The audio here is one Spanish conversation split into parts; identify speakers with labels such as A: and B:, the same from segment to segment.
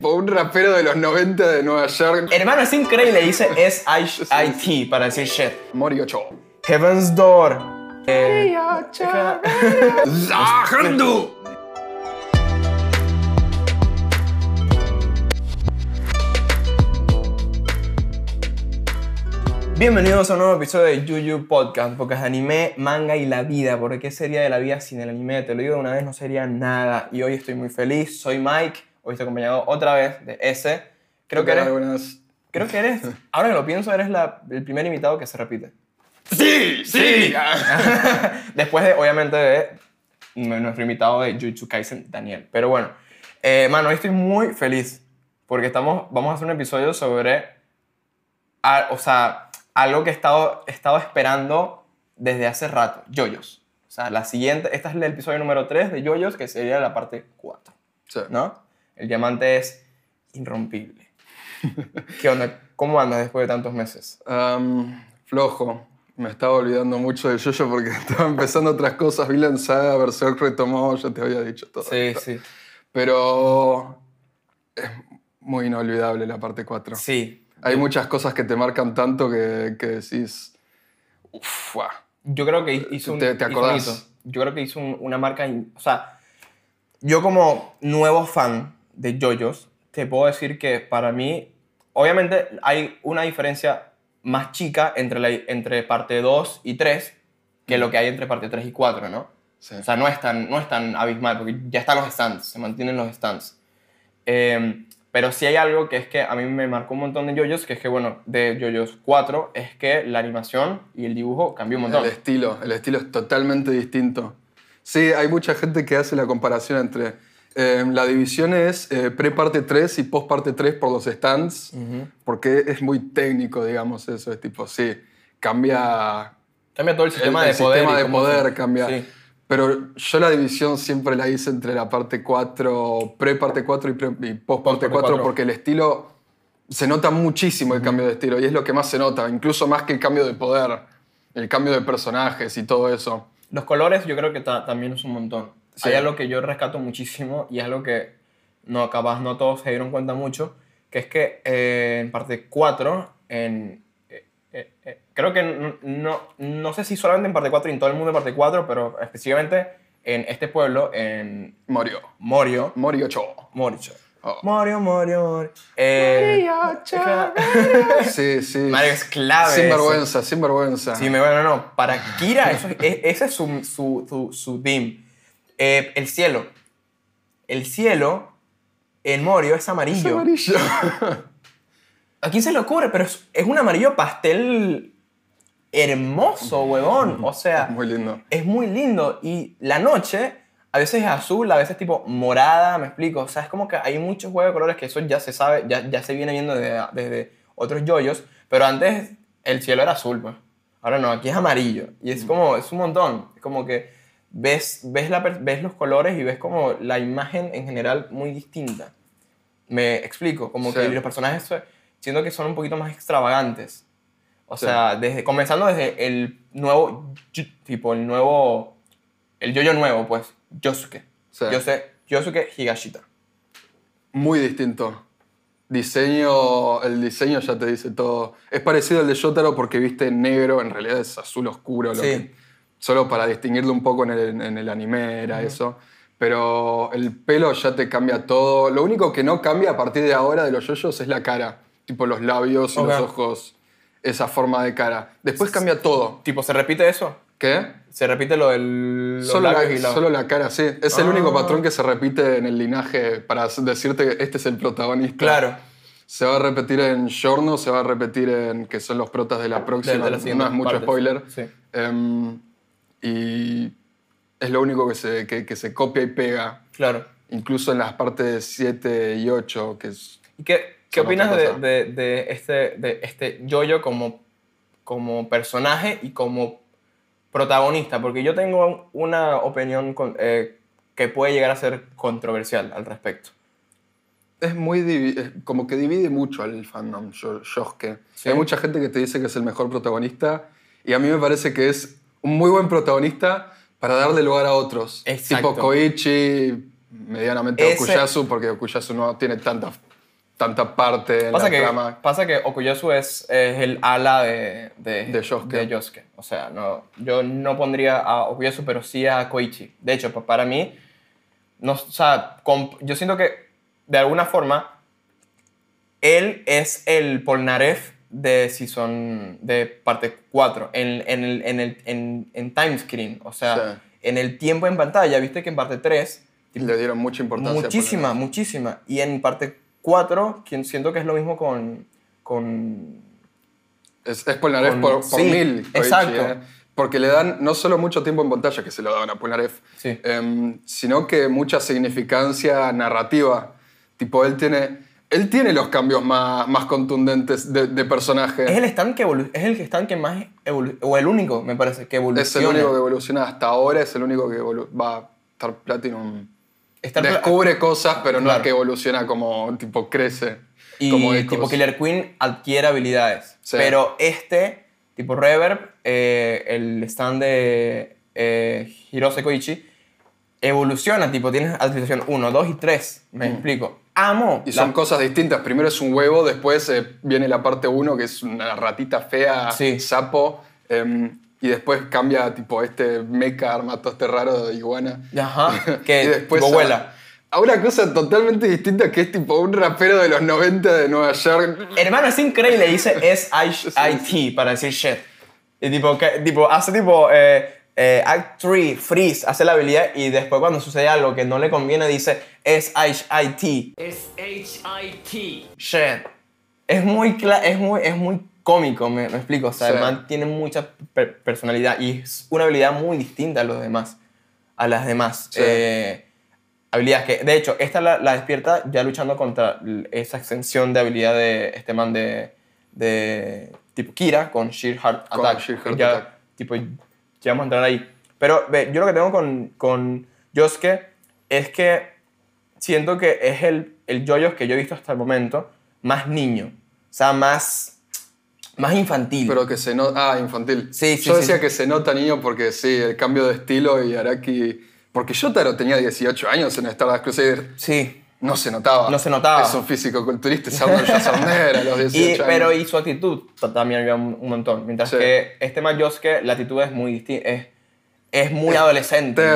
A: Por un rapero de los 90 de Nueva York,
B: Hermano, es increíble. Dice S-I-T para decir shit.
A: Mori Ochoa.
B: Heaven's Door. Eh,
A: ¡Ah, ¡Zahando!
B: bienvenidos a un nuevo episodio de Yuyu Podcast, podcast de anime, manga y la vida. Porque ¿qué sería de la vida sin el anime? Te lo digo de una vez, no sería nada. Y hoy estoy muy feliz. Soy Mike. Hoy estoy acompañado otra vez de S. Creo que eres.
A: Algunas-
B: Creo que eres. Ahora que lo pienso, eres la- el primer invitado que se repite.
A: ¡Sí! ¡Sí!
B: Después de, obviamente, de n- nuestro invitado de Jujutsu Kaisen, Daniel. Pero bueno, eh, mano, hoy estoy muy feliz porque estamos, vamos a hacer un episodio sobre, a- o sea, algo que he estado, he estado esperando desde hace rato, Yoyos. O sea, la siguiente, este es el episodio número 3 de Yoyos, que sería la parte 4,
A: Sí.
B: ¿no? El diamante es irrompible. ¿Qué onda? ¿Cómo andas después de tantos meses?
A: Am, Um, flojo. Me estaba olvidando mucho de Yoyo porque estaba empezando otras cosas. Vi lanzada, Berserk retomado, ya te había dicho todo.
B: Sí, sí.
A: Pero es muy inolvidable la parte 4.
B: Sí,
A: Hay muchas cosas que te marcan tanto que, que decís. Uf, guau.
B: Yo creo que hizo un,
A: Eh, ¿Te- te
B: hizo un
A: acordás?
B: hito. Yo creo que hizo un- una marca. in- O sea, yo como nuevo fan de JoJo's, te puedo decir que para mí, obviamente hay una diferencia más chica entre, la, entre parte 2 y 3 que
A: Mm.
B: lo que hay entre parte 3 y 4, ¿no?
A: Sí.
B: O sea, no es tan, no es tan abismal, porque ya están los stands, se mantienen los stands. Eh, pero sí hay algo que es que a mí me marcó un montón de yoyos, que es que, bueno, de yoyos 4, es que la animación y el dibujo cambió un montón.
A: El estilo, el estilo es totalmente distinto. Sí, hay mucha gente que hace la comparación entre eh, la división es eh, pre-parte 3 y post-parte 3 por los stands, porque es muy técnico, digamos, eso. Es tipo, sí, cambia
B: Cambia todo el
A: el,
B: sistema
A: el
B: de poder.
A: sistema
B: y
A: de
B: cómo
A: poder,
B: se-
A: cambia.
B: Sí.
A: Pero yo la división siempre la hice entre la parte 4, pre-parte 4 y, pre- y post-parte
B: Post-parte
A: 4,
B: cuatro.
A: porque el estilo se nota muchísimo el cambio de estilo y es lo que más se nota, incluso más que el cambio de poder, el cambio de personajes y todo eso.
B: Los colores yo creo que ta- también es un montón.
A: Sí.
B: Hay algo que yo rescato muchísimo y es algo que no, capaz no todos se dieron cuenta mucho, que es que eh, en parte 4, en, eh, eh, eh, creo que n- no, no sé si solamente en parte 4 y en todo el mundo en parte 4, pero específicamente en este pueblo, en
A: Morio.
B: Morio,
A: Morio Cho.
B: Moricho.
A: Oh.
B: Morio, Morio, Morio. Eh,
A: Sí, sí.
B: Mario es clave.
A: Sin
B: eso.
A: vergüenza, sin vergüenza.
B: Sí, me bueno, no, no. Para Kira, eso es- e- ese es su, su, su, su theme. Eh, el cielo. El cielo en Morio es
A: Es
B: amarillo.
A: amarillo.
B: ¿A quién se le ocurre? Pero es, es un amarillo pastel hermoso, huevón. O sea,
A: Muy lindo.
B: es muy lindo. Y la noche a veces es azul, a veces tipo morada, me explico. O sea, es como que hay muchos juegos de colores que eso ya se sabe, ya, ya se viene viendo desde, desde otros yoyos. Pero antes el cielo era azul, pues. Ahora no, aquí es amarillo. Y es como, es un montón. Es como que ves, ves, la, per- ves los colores y ves como la imagen en general muy distinta. Me explico, como
A: Sí.
B: que los personajes so- siento que son un poquito más extravagantes. O
A: Sí.
B: sea, desde, comenzando desde el nuevo, yu- tipo el nuevo, el yoyo nuevo, pues, Yosuke.
A: Sí.
B: Yose- Yosuke Higashita.
A: Muy distinto. Diseño, el diseño ya te dice todo. Es parecido al de Yotaro porque viste negro, en realidad es azul oscuro. Lo
B: Sí.
A: que- solo para distinguirlo un poco en el, en el anime era eso. Pero el pelo ya te cambia todo. Lo único que no cambia a partir de ahora de los yoyos es la cara. Tipo los labios y los
B: Ok.
A: ojos. Esa forma de cara. Después cambia todo.
B: Tipo, ¿se repite eso?
A: ¿Qué?
B: ¿Se repite lo del... los
A: Solo la,
B: labios y la-
A: solo la cara, sí. Es el
B: Ah.
A: único patrón que se repite en el linaje para decirte que este es el protagonista.
B: Claro.
A: Se va a repetir en Yorno, se va a repetir en que son los protas de la próxima.
B: de la
A: no
B: siguiente
A: es mucho
B: parte,
A: spoiler.
B: sí.
A: Em, y es lo único que se, que, que se copia y pega,
B: Claro.
A: incluso en las partes 7 y 8, que es
B: ¿Y qué, qué
A: Son otra
B: opinas de,
A: cosa.
B: de- de este, de este Yoyo como, como personaje y como protagonista? Porque yo tengo una opinión con- eh, que puede llegar a ser controversial al respecto.
A: Es muy. divi- es como que divide mucho al fandom, yo- Yosuke.
B: Sí.
A: Hay mucha gente que te dice que es el mejor protagonista, y a mí me parece que es un muy buen protagonista para darle lugar a otros.
B: Exacto.
A: Tipo Koichi, medianamente
B: Ese-
A: Okuyasu, porque Okuyasu no tiene tanta tanta parte en
B: Pasa
A: la
B: que,
A: trama.
B: pasa que Okuyosu es, es el ala de, de,
A: De Yosuke.
B: de Yosuke. O sea, no, yo no pondría a Okuyosu, pero sí a Koichi. De hecho, pa- para mí, no, o sea, comp- yo siento que de alguna forma, él es el Polnareff de Season, de parte 4, en, en, el, en, el, en, en time screen. O sea,
A: Sí.
B: en el tiempo en pantalla. Viste que en parte 3
A: Le dieron mucha importancia.
B: Muchísima, muchísima. Y en parte 4, siento que es lo mismo con. con
A: Es, es Polnareff
B: Con-
A: por, por
B: sí,
A: mil. Koichi,
B: exacto.
A: eh. Porque le dan no solo mucho tiempo en pantalla, que se lo daban a Polnareff,
B: Sí.
A: em, sino que mucha significancia narrativa. Tipo, él tiene, él tiene los cambios más, más contundentes de, de personaje.
B: es el stand que evolu- es el stand que más evolu- o el único, me parece, que evoluciona.
A: Es el único que evoluciona hasta ahora, es el único que evolu- va a estar Platinum.
B: Star Plus-
A: Descubre cosas, pero no
B: Claro.
A: es que evoluciona como tipo crece.
B: y
A: como Echoes.
B: tipo Killer Queen adquiere habilidades.
A: Sí.
B: Pero este, tipo Reverb, eh, el stand de eh, Hirose Koichi, evoluciona, tipo, tienes actualización 1, 2 y 3. Me explico. Amo.
A: Mm. Y
B: la-
A: son cosas distintas. Primero es un huevo, después eh, viene la parte 1, que es una ratita fea,
B: Sí.
A: sapo. em, y después cambia a, tipo este meca armatoste este raro de iguana.
B: Ajá.
A: y
B: Ah, Que
A: después
B: tipo,
A: a-
B: vuela.
A: A, una cosa totalmente distinta que es tipo un rapero de los 90 de Nueva York.
B: Hermano, es increíble. Dice S-I-T para decir shit. Y tipo, que- tipo hace tipo eh, eh, Act 3, freeze, hace la habilidad y después cuando sucede algo que no le conviene dice S-I-T,
C: S-H-I-T.
B: shit. Es muy, cla- es muy, es muy cómico, me, me explico. O sea, el
A: Sí.
B: man tiene mucha per- personalidad y es una habilidad muy distinta a los demás. A las demás.
A: Sí.
B: eh, habilidades que, de hecho, esta la, la despierta ya luchando contra l- esa extensión de habilidad de este man de, de tipo Kira con Sheer Heart
A: Con
B: Attack.
A: Sheer Heart
B: Ya,
A: Attack.
B: Tipo, ya vamos a entrar ahí. Pero ve, yo lo que tengo con, con Yosuke es que siento que es el, el yoyos que yo he visto hasta el momento más niño. O sea, más, más infantil.
A: Pero que se nota. Ah, infantil.
B: Sí, sí,
A: Yo
B: sí.
A: decía que se nota niño porque sí, el cambio de estilo y Araki. Porque Yotaro tenía 18 años en Stardust Crusader.
B: sí.
A: No se notaba.
B: No se notaba.
A: Es un físico culturista, es Arnold Schwarzenegger a los 18
B: Y,
A: años.
B: pero y su actitud ta- también había un, un montón. Mientras
A: Sí.
B: que este más Yosuke, la actitud es muy distinta. Es, es muy adolescente. ¿me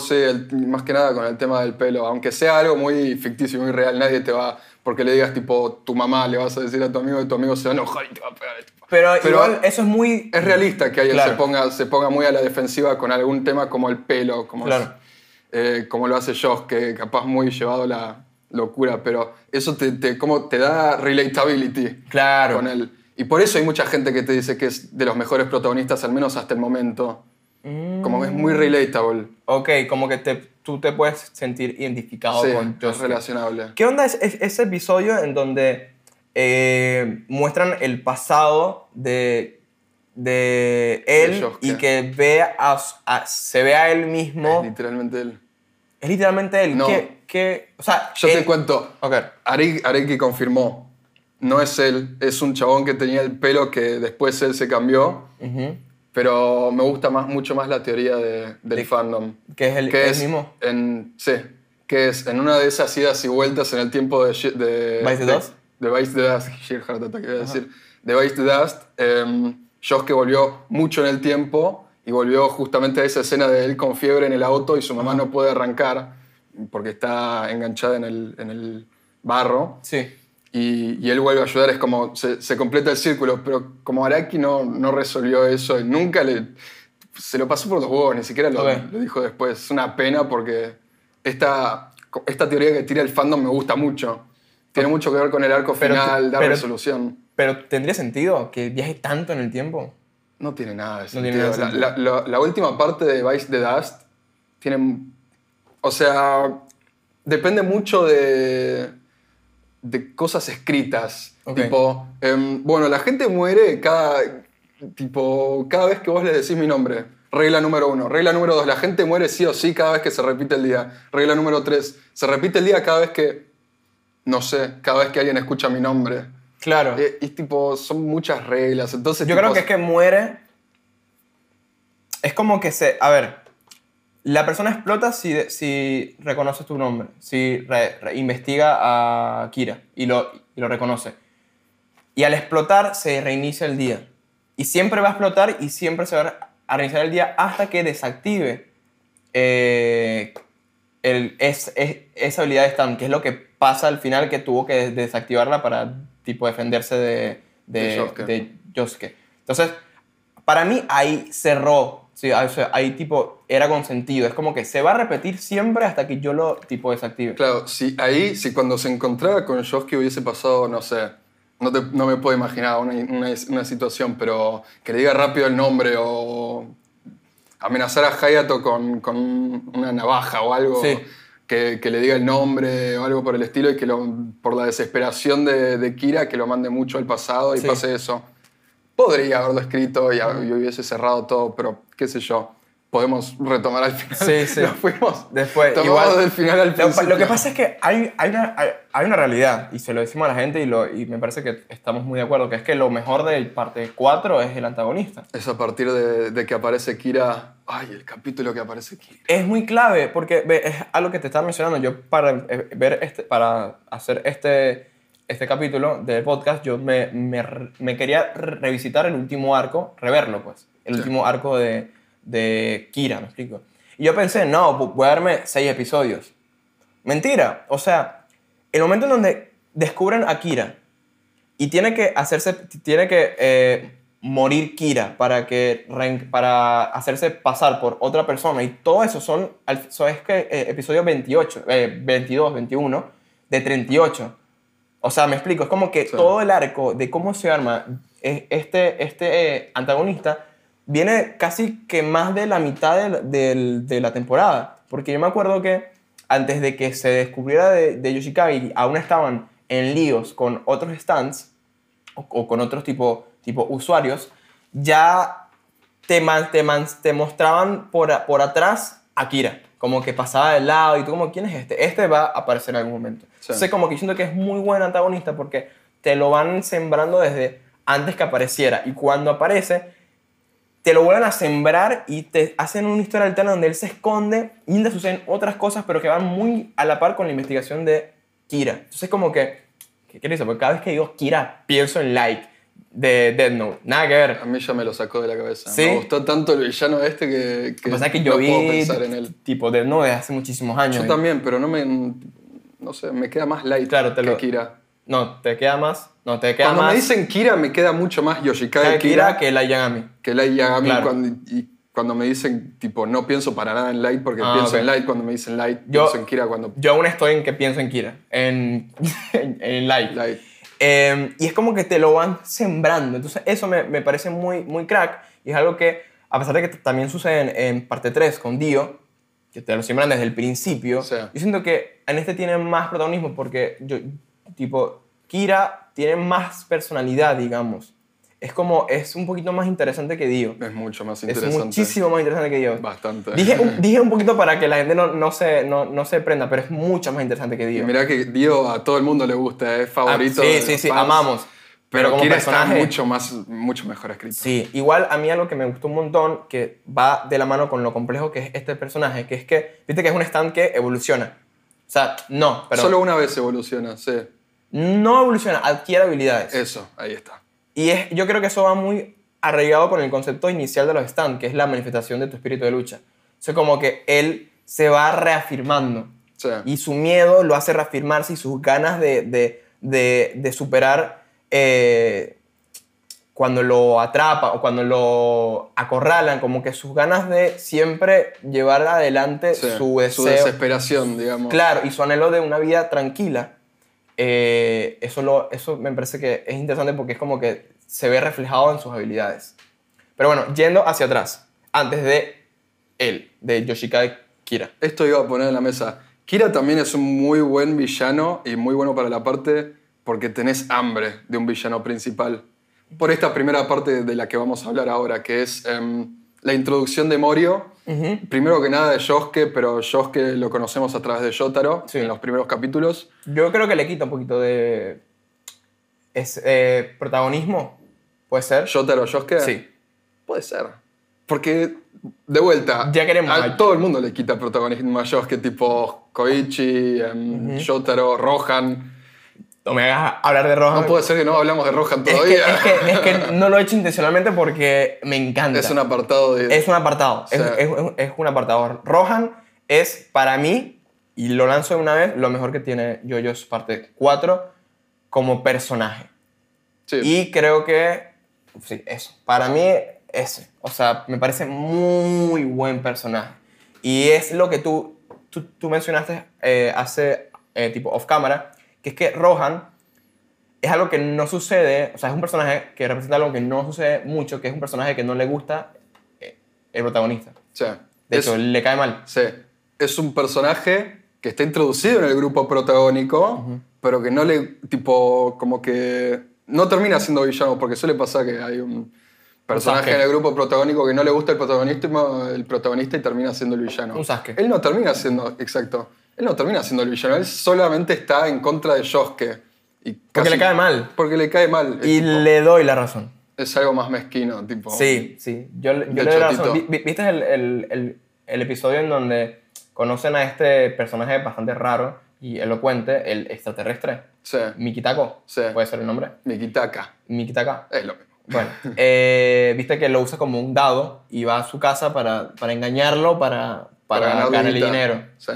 A: Terco, sí, el- más que nada con el tema del pelo. Aunque sea algo muy ficticio, muy real, nadie te va. Porque le digas, tipo, tu mamá le vas a decir a tu amigo y tu amigo se va a enojar y te va a pegar. tipo.
B: Pero,
A: Pero-
B: igual eso es muy...
A: Es realista que alguien
B: Claro.
A: se, ponga, se ponga muy a la defensiva con algún tema como el pelo, como,
B: Claro.
A: eh, como lo hace Josh, que capaz muy llevado a la locura, pero eso te, te- como te da relatability
B: Claro.
A: con él. Y por eso hay mucha gente que te dice que es de los mejores protagonistas, al menos hasta el momento. Como que es muy relatable.
B: Ok, como que te, tú te puedes sentir identificado
A: Sí,
B: Ah, con
A: es
B: Yosuke.
A: relacionable.
B: ¿Qué onda es, es- ese episodio en donde eh, muestran el pasado de, de él
A: Yosuke.
B: y que ve a, a- se ve a él mismo?
A: Es
B: Es,
A: literalmente él.
B: literalmente él.
A: No.
B: ¿Qué, qué- o sea,
A: Yo
B: él-
A: te cuento.
B: Ok.
A: Arek- Areki confirmó. No es él, es un chabón que tenía el pelo que después él se cambió.
B: Ujú.
A: Pero me gusta más, mucho más la teoría de- del fandom.
B: Que es el,
A: Que
B: el
A: es
B: mismo.
A: En, sí, que es en una de esas idas y vueltas en el tiempo de... Shi- de
B: Vice the
A: de-
B: Dust?
A: De Vice the Dust, Sheer Heart Attack, iba a decir. De Vice the Dust, em, Josh que volvió mucho en el tiempo y volvió justamente a esa escena de él con fiebre en el auto y su mamá no puede arrancar porque está enganchada en el, en el barro
B: Sí.
A: y, y él vuelve a ayudar, es como se, se completa el círculo, pero como Araki no, no resolvió eso, y nunca le, se lo pasó por los huevos, ni siquiera lo,
B: Ok.
A: lo dijo después. Es una pena porque esta, esta teoría que tira el fandom me gusta mucho. Tiene mucho que ver con el arco
B: Pero te-
A: final, dar
B: pero-
A: resolución.
B: Pero ¿tendría sentido que viaje tanto en el tiempo?
A: No tiene nada de
B: No tiene
A: sentido.
B: nada de
A: La-
B: sentido.
A: La, la- la última parte de Vice the Dust tiene. O sea, depende mucho de. de cosas escritas.
B: Ok.
A: Tipo, em, bueno, la gente muere cada. tipo, cada vez que vos le decís mi nombre. Regla número uno. Regla número dos, la gente muere sí o sí cada vez que se repite el día. Regla número tres, se repite el día cada vez que. no sé, cada vez que alguien escucha mi nombre.
B: Claro.
A: Eh, Y, tipo, son muchas reglas. Entonces,
B: Yo
A: tipo,
B: creo que es que muere. Es como que se. A ver. La persona explota si, de- si reconoce tu nombre, si re- re- investiga a Kira y lo, y lo reconoce. Y al explotar se reinicia el día. Y siempre va a explotar y siempre se va a reiniciar el día hasta que desactive eh, el- es- es- esa habilidad de stun, que es lo que pasa al final que tuvo que des- desactivarla para tipo defenderse de, de,
A: De Josuke.
B: de Josuke. Entonces, para mí ahí cerró. Sí, ahí, o sea, ahí, tipo era consentido. Es como que se va a repetir siempre hasta que yo lo tipo desactive.
A: Claro, si ahí, si cuando se encontraba con Josuke hubiese pasado, no sé, no, te- no me puedo imaginar una, una- una situación, pero que le diga rápido el nombre o amenazar a Hayato con, con una navaja o algo,
B: Sí.
A: que, que le diga el nombre o algo por el estilo y que lo- por la desesperación de, de Kira que lo mande mucho al pasado y
B: Sí.
A: pase eso. Podría haberlo escrito y, y hubiese cerrado todo, pero qué sé yo. Podemos retomar al final.
B: Sí, sí.
A: Nos fuimos.
B: Después,
A: Tomamos
B: igual-
A: del final al
B: Lo, que pa-
A: principio.
B: lo que pasa es que hay, hay, una, hay, hay una realidad, y se lo decimos a la gente, y, lo, y me parece que estamos muy de acuerdo, que es que lo mejor de parte 4 es el antagonista.
A: Es a partir de, de que aparece Kira. Ay, el capítulo que aparece Kira.
B: Es muy clave, porque ve, es algo que te estaba mencionando. Yo para, eh, ver este, para hacer este, este capítulo del podcast, yo me, me re- me quería re- revisitar el último arco, reverlo pues, el
A: Sí.
B: último arco de, de Kira, me explico. Y yo pensé, no, pu- voy a darme seis episodios. Mentira, o sea, el momento en donde descubren a Kira y tiene que hacerse, tiene que eh, morir Kira para que rein- para hacerse pasar por otra persona y todo eso son, al- eso es que eh, episodio 28, eh, 22, 21 de 38. O sea, me explico, es como que
A: Sí.
B: todo el arco de cómo se arma eh, este, este eh, antagonista viene casi que más de la mitad de la, del- de la temporada. Porque yo me acuerdo que antes de que se descubriera de, de Yoshikage, aún estaban en líos con otros stands o, o con otros tipo, tipo usuarios, ya te, man- te, man- te mostraban por, a- por atrás a Kira. Como que pasaba de lado y tú como, ¿quién es este? Este va a aparecer en algún momento.
A: Sí.
B: Entonces como que yo siento que es muy buen antagonista porque te lo van sembrando desde antes que apareciera. Y cuando aparece, te lo vuelven a sembrar y te hacen una historia alterna donde él se esconde y donde suceden otras cosas, pero que van muy a la par con la investigación de Kira. Entonces, como que, ¿qué quieres Porque cada vez que digo Kira, pienso en Like de Dead Note. Nada que ver.
A: A mí ya me lo sacó de la cabeza.
B: ¿Sí?
A: Me gustó tanto el villano este que,
B: Lo que pasa es que yo
A: no
B: vi
A: puedo pensar en él.
B: tipo Dead Note desde hace muchísimos años.
A: Yo
B: Y-
A: también, pero no me. No sé, me queda más light
B: Claro, te
A: que
B: lo-
A: Kira.
B: No, te queda más. No, te queda
A: Cuando
B: más.
A: me dicen Kira, me queda mucho más Yoshikage
B: Kira,
A: Kira, que,
B: que la Yagami.
A: Light Yagami.
B: Claro.
A: Cuando, y cuando me dicen, tipo, no pienso para nada en Light porque
B: Ah,
A: pienso
B: ok.
A: en Light cuando me dicen Light,
B: Yo-
A: pienso en Kira cuando.
B: Yo aún estoy en que pienso en Kira, en, en, en Like.
A: Light.
B: Eh, y es como que te lo van sembrando. Entonces, eso me, me parece muy, muy crack. Y es algo que, a pesar de que t- también sucede en, en parte 3 con Dio, que te lo siembran desde el principio,
A: Sí.
B: yo siento que en este tiene más protagonismo porque, yo, tipo, Kira tiene más personalidad, digamos. Es como, es un poquito más interesante que Dio.
A: Es mucho más
B: Es
A: interesante.
B: muchísimo más interesante que Dio.
A: Bastante.
B: Dije un, dije un poquito para que la gente no, no, se, no, no se prenda, pero es mucho más interesante que
A: Y
B: Dio.
A: mirá que Dio a todo el mundo le gusta, es favorito.
B: Ah,
A: de
B: sí,
A: los
B: sí, sí,
A: fans.
B: amamos.
A: Pero,
B: como
A: Kira está
B: personaje-
A: mucho, más, mucho mejor escrito.
B: Sí, igual a mí algo que me gustó un montón, que va de la mano con lo complejo que es este personaje, que es que, viste que es un stand que evoluciona. O sea, no, pero
A: Solo una vez evoluciona, sí.
B: no evoluciona, adquiere habilidades.
A: Eso, ahí está.
B: Y es, yo creo que eso va muy arraigado con el concepto inicial de los stand, que es la manifestación de tu espíritu de lucha. O sea, como que él se va reafirmando.
A: Sí.
B: Y su miedo lo hace reafirmarse y sus ganas de, de- de- de superar eh, cuando lo atrapa o cuando lo acorralan, como que sus ganas de siempre llevar adelante
A: Sí.
B: su deseo.
A: desesperación, digamos.
B: Claro, y su anhelo de una vida tranquila. eh, eso, lo, eso me parece que es interesante porque es como que se ve reflejado en sus habilidades. Pero bueno, yendo hacia atrás, antes de él, de Yoshikage Kira.
A: Esto iba a poner en la mesa. Kira también es un muy buen villano y muy bueno para la parte porque tenés hambre de un villano principal. Por esta primera parte de la que vamos a hablar ahora, que es em, la introducción de Morio. Primero que nada de Yosuke, pero Yosuke lo conocemos a través de Yotaro
B: Sí.
A: en los primeros capítulos.
B: Yo creo que le quita un poquito de es, eh, protagonismo. ¿Puede ser?
A: ¿Yotaro Yosuke?
B: Sí.
A: Puede ser. Porque, de vuelta,
B: Ya queremos
A: a
B: a-
A: todo el mundo le quita protagonismo a Josh, que tipo Koichi, em, Jotaro, Rohan.
B: No me hagas hablar de Rohan.
A: No puede ser que no hablamos de Rohan
B: es, que,
A: todavía.
B: es, que, es que no lo he hecho intencionalmente porque me encanta.
A: Es un apartado de...
B: Es un apartado. es-
A: Sí.
B: Es, es- es un apartado. Rohan es para mí, y lo lanzo de una vez, lo mejor que tiene JoJo's parte 4 como personaje.
A: Sí.
B: Y creo que, sí, eso. Para mí, ese. O sea, me parece muy buen personaje. Y es lo que tú, tú, tú mencionaste eh, hace, eh, tipo, off camera, que es que Rohan es algo que no sucede, o sea, es un personaje que representa algo que no sucede mucho, que es un personaje que no le gusta eh, el protagonista.
A: Sí.
B: De
A: Es-
B: hecho, le cae mal.
A: sí. Es un personaje que está introducido en el grupo protagónico, pero que no le... Tipo, como que... No termina siendo villano, porque suele pasar que hay un personaje
B: Sasuke.
A: en el grupo protagónico que no le gusta el protagonista, y- el protagonista y termina siendo el villano.
B: Un Sasuke.
A: Él no termina siendo... Exacto. Él no termina siendo el villano. Él solamente está en contra de Josuke. Y
B: Porque
A: casi-
B: le cae mal.
A: Porque le cae mal.
B: Y
A: Es, tipo-
B: le doy la razón.
A: es algo más mezquino, tipo...
B: Sí, sí. Yo, yo
A: De
B: le doy la razón.
A: Chotito.
B: Vi- vi- ¿Viste el, el- el- el episodio en donde conocen a este personaje bastante raro y elocuente, el extraterrestre?
A: Sí.
B: Mikitako.
A: Sí.
B: Puede ser el nombre.
A: Mikitaka.
B: Mikitaka.
A: Es lo mismo.
B: Bueno, eh, viste que lo usa como un dado y va a su casa para, para engañarlo, para, para,
A: ganarle
B: ganarle
A: guita.
B: dinero.
A: Sí.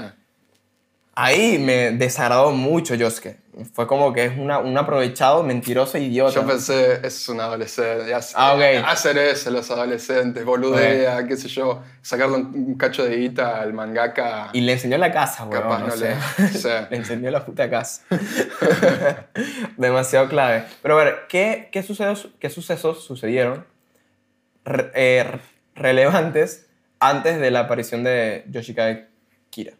B: Ahí me desagradó mucho Yosuke. Fue como que es una, un aprovechado, mentiroso, idiota.
A: Yo pensé, es un adolescente. hace-
B: Ah, ok.
A: Hacer eso los adolescentes, boludea, qué sé yo. Sacarle un- un cacho de guita al mangaka.
B: Y le enseñó la casa, weón.
A: Capaz
B: no
A: no
B: sé.
A: le- sí.
B: le enseñó la puta casa. Demasiado clave. Pero a ver, ¿qué, qué, sucesos, qué sucesos sucedieron re- eh, re- relevantes antes de la aparición de Yoshikaze Kira?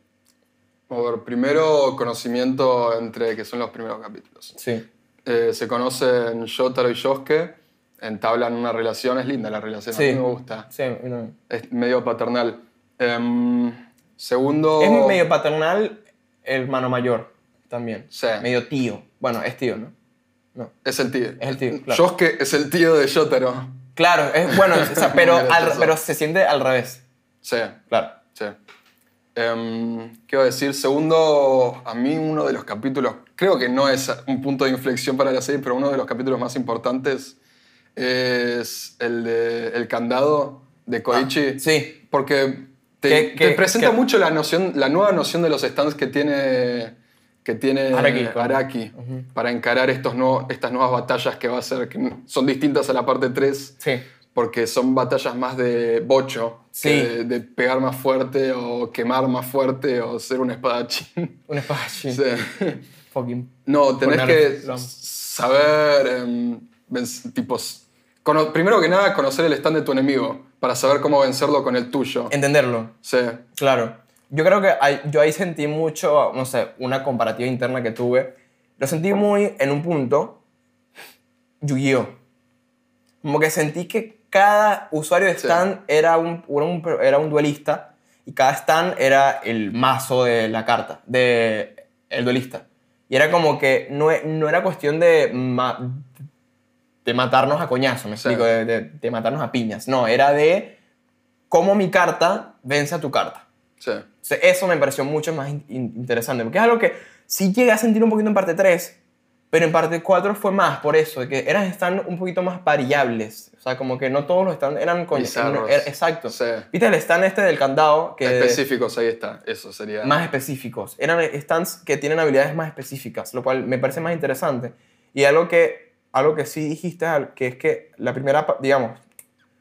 A: Por primero, conocimiento entre que son los primeros capítulos.
B: Sí.
A: Eh, se conocen Jotaro y Yosuke, entablan una relación, es linda la relación,
B: Sí.
A: a mí me gusta.
B: Sí, no.
A: Es medio paternal. Em, segundo.
B: Es medio paternal, hermano mayor también.
A: Sí.
B: Medio tío. Bueno, es tío, ¿no? No.
A: Es el tío.
B: Es el tío, claro.
A: Yosuke es el tío de Jotaro.
B: Claro, es bueno, o sea, pero,
A: Muy
B: al-
A: gracioso.
B: pero se siente al revés.
A: Sí.
B: Claro.
A: Sí. Em, ¿Qué iba a decir? Segundo, a mí uno de los capítulos, creo que no es un punto de inflexión para la serie, pero uno de los capítulos más importantes es el de El candado de Koichi.
B: Ah, Sí.
A: Porque te,
B: Que-
A: te
B: que-
A: presenta
B: que-
A: mucho la, noción, la nueva noción de los stands que tiene, que tiene
B: Araki, claro.
A: Araki para encarar estos nuevos- estas nuevas batallas que va a ser, que son distintas a la parte 3
B: Sí.
A: porque son batallas más de bocho,
B: Sí.
A: que de, de pegar más fuerte o quemar más fuerte o ser un espadachín.
B: Un espadachín.
A: Sí.
B: Fucking.
A: No, tenés
B: Poner-
A: que
B: lo-
A: saber, em, venc- tipo, s- cono- primero que nada conocer el stand de tu enemigo para saber cómo vencerlo con el tuyo.
B: Entenderlo.
A: Sí,
B: Claro. Yo creo que ahí- yo ahí sentí mucho, no sé, una comparativa interna que tuve. Lo sentí muy, en un punto, Yu-Gi-Oh! Como que sentí que cada usuario de
A: Sí.
B: stand era, un, era, un, era un duelista y cada stand era el mazo de la carta, de el duelista. Y era como que no, e- no era cuestión de, ma- de matarnos a coñazo, me
A: Sí.
B: explico, de- de- de matarnos a piñas. No, era de cómo mi carta vence a tu carta.
A: sí.
B: O sea, eso me pareció mucho más in- in- interesante, porque es algo que sí llegué a sentir un poquito en parte 3, pero en parte 4 fue más por eso, de que eran están un poquito más variables. O sea, como que no todos los stand eran con
A: Bizarros.
B: era- exacto.
A: Sí.
B: Viste el stand este del candado que
A: Específicos, ahí está. Eso sería.
B: más específicos. Eran stands que tienen habilidades más específicas, lo cual me parece más interesante. Y algo que, algo que sí dijiste, al- que es que la primera, pa- digamos,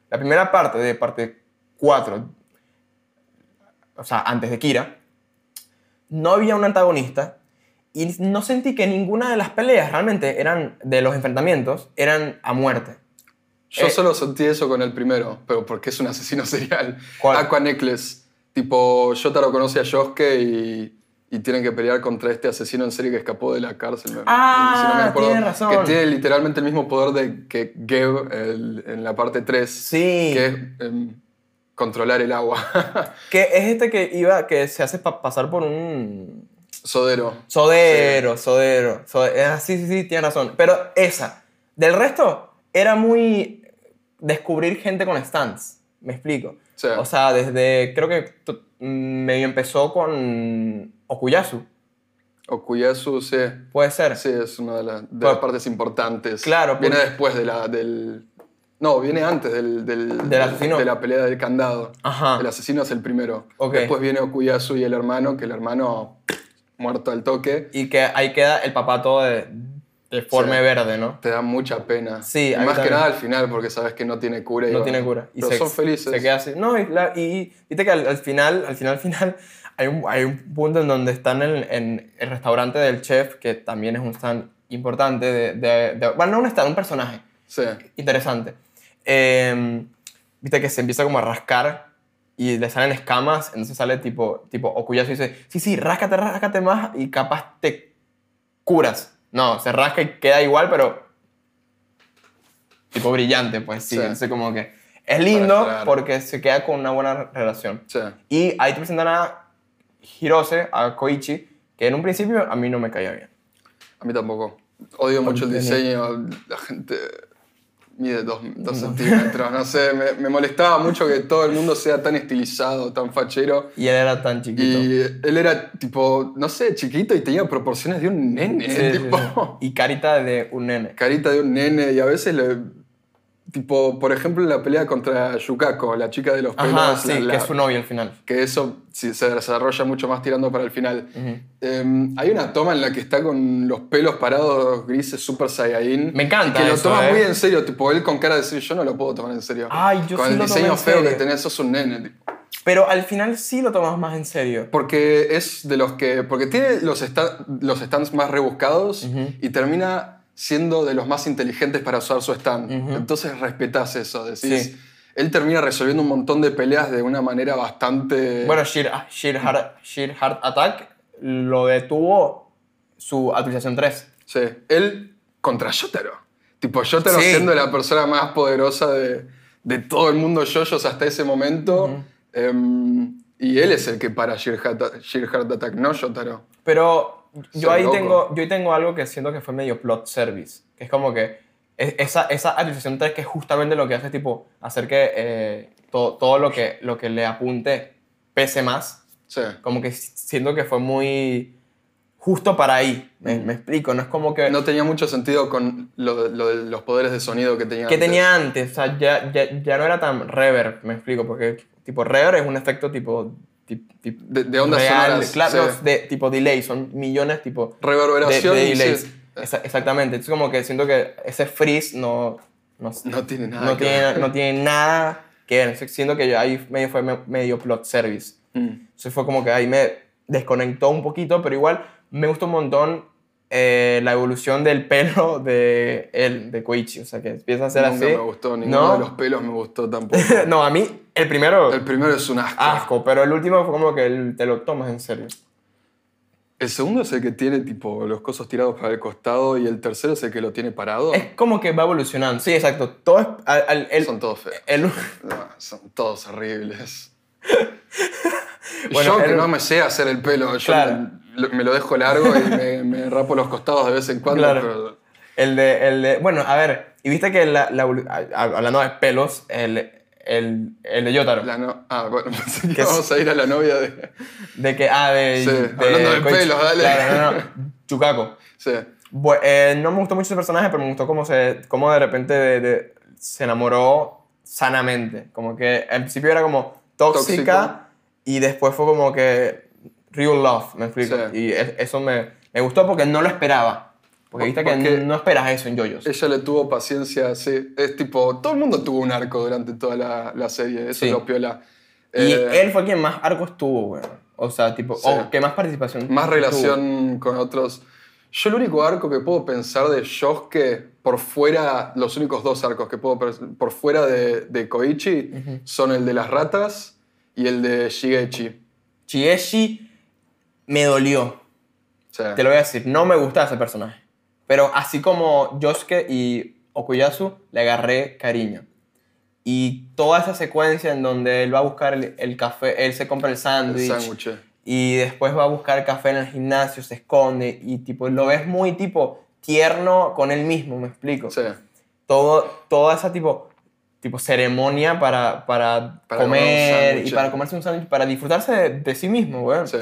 B: la primera parte de parte 4, o sea, antes de Kira, no había un antagonista y no sentí que ninguna de las peleas realmente eran, de los enfrentamientos, eran a muerte.
A: Yo
B: Eh.
A: solo sentí eso con el primero, pero porque es un asesino serial.
B: ¿Cuál?
A: Aqua Necklace. Tipo, Jotaro conoce a Yosuke y, y tienen que pelear contra este asesino en serie que escapó de la cárcel. me-
B: Ah, tienes razón.
A: Que tiene literalmente el mismo poder de que Geb el- en la parte 3.
B: Sí.
A: Que es em, controlar el agua.
B: Que es este que iba, que se hace pa- pasar por un,
A: Sodero.
B: Sodero, sodero, sodero. Ah, sí, sí, sí, tienes razón. Pero esa. Del resto, era muy descubrir gente con stands. Me explico.
A: Sí.
B: O sea, desde. Creo que tu- mm, medio empezó con. Okuyasu,
A: Okuyasu, sí.
B: puede ser.
A: Sí, es una de, la- de
B: Bueno,
A: las partes importantes.
B: claro,
A: Viene
B: porque-
A: después de la, del... No, viene antes del, del,
B: Del asesino.
A: de la pelea del candado.
B: Ajá.
A: El asesino es el primero.
B: Ok.
A: Después viene Okuyasu y el hermano, que el hermano muerto al toque.
B: Y que ahí queda el papá todo de, forma
A: Sí.
B: verde, ¿no?
A: Te da mucha pena.
B: Sí,
A: Y
B: a mí
A: más que
B: también.
A: nada al final, porque sabes que no tiene cura. y
B: No
A: va.
B: tiene cura. Y
A: Pero
B: se,
A: son felices.
B: Se queda así. No, y, la- y- viste que al, al final, al final, final, hay un, hay un punto en donde están en, en el restaurante del chef, que también es un stand importante de... de- de- bueno, no un stand, un personaje
A: Sí.
B: interesante. Eh, viste que se empieza como a rascar y le salen escamas, entonces sale tipo, tipo Okuyasu y dice, sí, sí, ráscate, ráscate más y capaz te curas. No, se rasca y queda igual, pero tipo brillante, pues sí,
A: Sí.
B: entonces como que es lindo
A: aclarar.
B: porque se queda con una buena relación.
A: Sí.
B: Y ahí te presentan a Hirose, a Koichi, que en un principio a mí no me caía bien.
A: A mí tampoco. Odio mucho el
B: Contenido.
A: diseño. La gente mide dos, dos centímetros. No sé, me, me molestaba mucho que todo el mundo sea tan estilizado, tan fachero.
B: Y él era tan chiquito.
A: Y él era tipo, no sé, chiquito y tenía proporciones de un nene.
B: Sí, sí,
A: tipo,
B: sí. Y carita de un nene.
A: Carita de un nene y a veces le... Tipo, por ejemplo, en la pelea contra Yukako, la chica de los pelos.
B: Ajá, sí,
A: la- la-
B: que es su novio al final.
A: que eso sí, se desarrolla mucho más tirando para el final. Eh, hay una toma en la que está con los pelos parados grises, super saiyajin.
B: Me encanta
A: Que lo
B: eso,
A: toma
B: eh.
A: muy en serio, tipo él con cara de decir, yo no lo puedo tomar en serio.
B: Ay, yo
A: con
B: sí
A: el
B: lo tomé
A: diseño
B: en
A: feo que
B: serio.
A: tenés, sos un nene. tipo.
B: Pero al final sí lo tomas más en serio.
A: Porque es de los que... Porque tiene los, sta- los stands más rebuscados y termina siendo de los más inteligentes para usar su stand. Entonces respetás eso, decís...
B: Sí.
A: Él termina resolviendo un montón de peleas de una manera bastante...
B: Bueno, Sheer, ah, Sheer, Heart, Sheer Heart Attack lo detuvo su actualización 3.
A: Sí. Él contra Yotaro. Tipo, Yotaro
B: Sí.
A: siendo la persona más poderosa de, de todo el mundo yoyos hasta ese momento. Em, y él es el que para Sheer Heart, Sheer Heart Attack, no Yotaro.
B: Pero
A: Soy
B: yo ahí,
A: loco.
B: tengo, yo ahí tengo algo que siento que fue medio plot service. Que es como que es- esa, esa actualización 3 que es justamente lo que hace tipo hacer que eh, to- todo lo que, lo que le apunte pese más.
A: Sí.
B: Como que siento que fue muy justo para ahí. Me, me explico, no es como que...
A: No tenía mucho sentido con lo, lo de los poderes de sonido que tenía.
B: que
A: antes.
B: tenía antes, o sea, ya, ya, ya no era tan reverb, me explico, porque tipo reverb es un efecto tipo... tip- tip-
A: De- de ondas sonoras,
B: Claro,
A: sí.
B: de tipo delay, son millones tipo... de-
A: Reverberación,
B: De, delays.
A: sí.
B: Esa- exactamente, es como que siento que ese freeze no... No,
A: No tiene nada
B: No
A: que
B: tiene,
A: ver.
B: no tiene nada que ver, Entonces, siento que yo ahí medio fue me- medio plot service.
A: Mm.
B: Eso fue como que ahí me desconectó un poquito, pero igual me gustó un montón eh, la evolución del pelo de él, de Koichi. O sea, que empieza a ser
A: Nunca
B: así.
A: me gustó, ninguno
B: ¿No?
A: de los pelos me gustó tampoco.
B: no, a mí el primero,
A: el primero es un asco.
B: asco, pero el último fue como que el- te lo tomas en serio.
A: El segundo es el que tiene tipo los cosos tirados para el costado y el tercero es el que lo tiene parado.
B: Es como que va evolucionando. Sí, exacto. Todo es, al- al- el,
A: Son todos feos.
B: el-
A: No, son todos horribles.
B: Bueno,
A: yo que
B: el-
A: no me sé hacer el pelo, yo
B: Claro.
A: me, me lo dejo largo y me, me rapo los costados de vez en cuando.
B: Claro.
A: pero-
B: El de, el de- bueno, a ver, y viste que la, la evolu- a- a- hablando de pelos, el, el, el de Yotaro.
A: la no- ah, bueno, pensé que
B: Que es-
A: vamos a ir a la novia de...
B: De que, ah, de.
A: Sí, hablando de
B: Koichi.
A: pelos, dale.
B: Claro, no, no. Chukaku.
A: Sí,
B: Bu- eh, no me gustó mucho ese personaje, pero me gustó cómo, se, cómo de repente de- de- se enamoró sanamente. Como que al principio era como tóxica
A: Tóxico.
B: y después fue como que real love, me explico.
A: Sí.
B: Y es- eso me, me gustó porque no lo esperaba. Porque
A: Por-
B: viste que
A: porque-
B: no esperas eso en yoyos.
A: ella le tuvo paciencia, sí. Es tipo, todo el mundo tuvo un arco durante toda la, la serie, eso
B: Sí.
A: lo piola.
B: Y
A: Eh,
B: él fue quien más arcos tuvo, weón. O sea, tipo,
A: Sí.
B: o que más participación.
A: más
B: tuvo.
A: relación con otros. Yo el único arco que puedo pensar de Josuke por fuera, los únicos dos arcos que puedo pers- por fuera de, de Koichi son el de las ratas y el de Shigechi.
B: Chieshi me dolió.
A: O sea,
B: Te lo voy a decir, no me gustaba ese personaje. Pero así como Yosuke y Okuyasu, le agarré cariño. Y toda esa secuencia en donde él va a buscar el, el café, él se compra el
A: el
B: sándwich
A: sándwich.
B: y después va a buscar café en el gimnasio, se esconde y tipo lo ves muy tipo tierno con él mismo, me explico.
A: Sí.
B: Todo, toda esa tipo tipo ceremonia para, para,
A: Para comer un
B: comer y
A: sándwich.
B: para comerse un sándwich, para disfrutarse de, de sí mismo, weón.
A: Sí.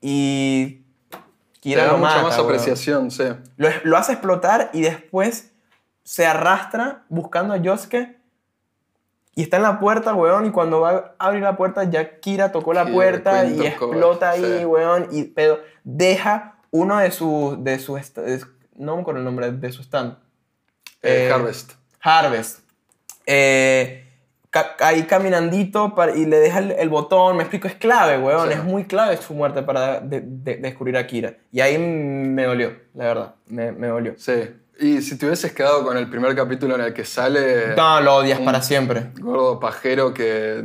B: Y
A: Te
B: Kira
A: da
B: lo
A: mucha
B: mata,
A: más
B: weón.
A: apreciación, sí.
B: Lo, lo hace explotar y después se arrastra buscando a Yosuke y está en la puerta, weón, y cuando va a abrir la puerta ya Kira tocó la
A: Kira,
B: puerta
A: Queen
B: y
A: tocó,
B: explota ahí,
A: sí.
B: weón, y pero deja uno de sus de sus est- es- no me acuerdo el nombre de su stand.
A: Eh,
B: Eh,
A: Harvest.
B: Harvest. Eh, ca- ahí caminandito para- y le deja el, el botón, me explico, es clave, weón,
A: Sí.
B: es muy clave su muerte para de- de- descubrir a Kira. Y ahí me dolió, la verdad, me, me dolió.
A: Sí. Y si te hubieses quedado con el primer capítulo en el que sale
B: No, lo odias
A: Mm.
B: para siempre.
A: gordo pajero que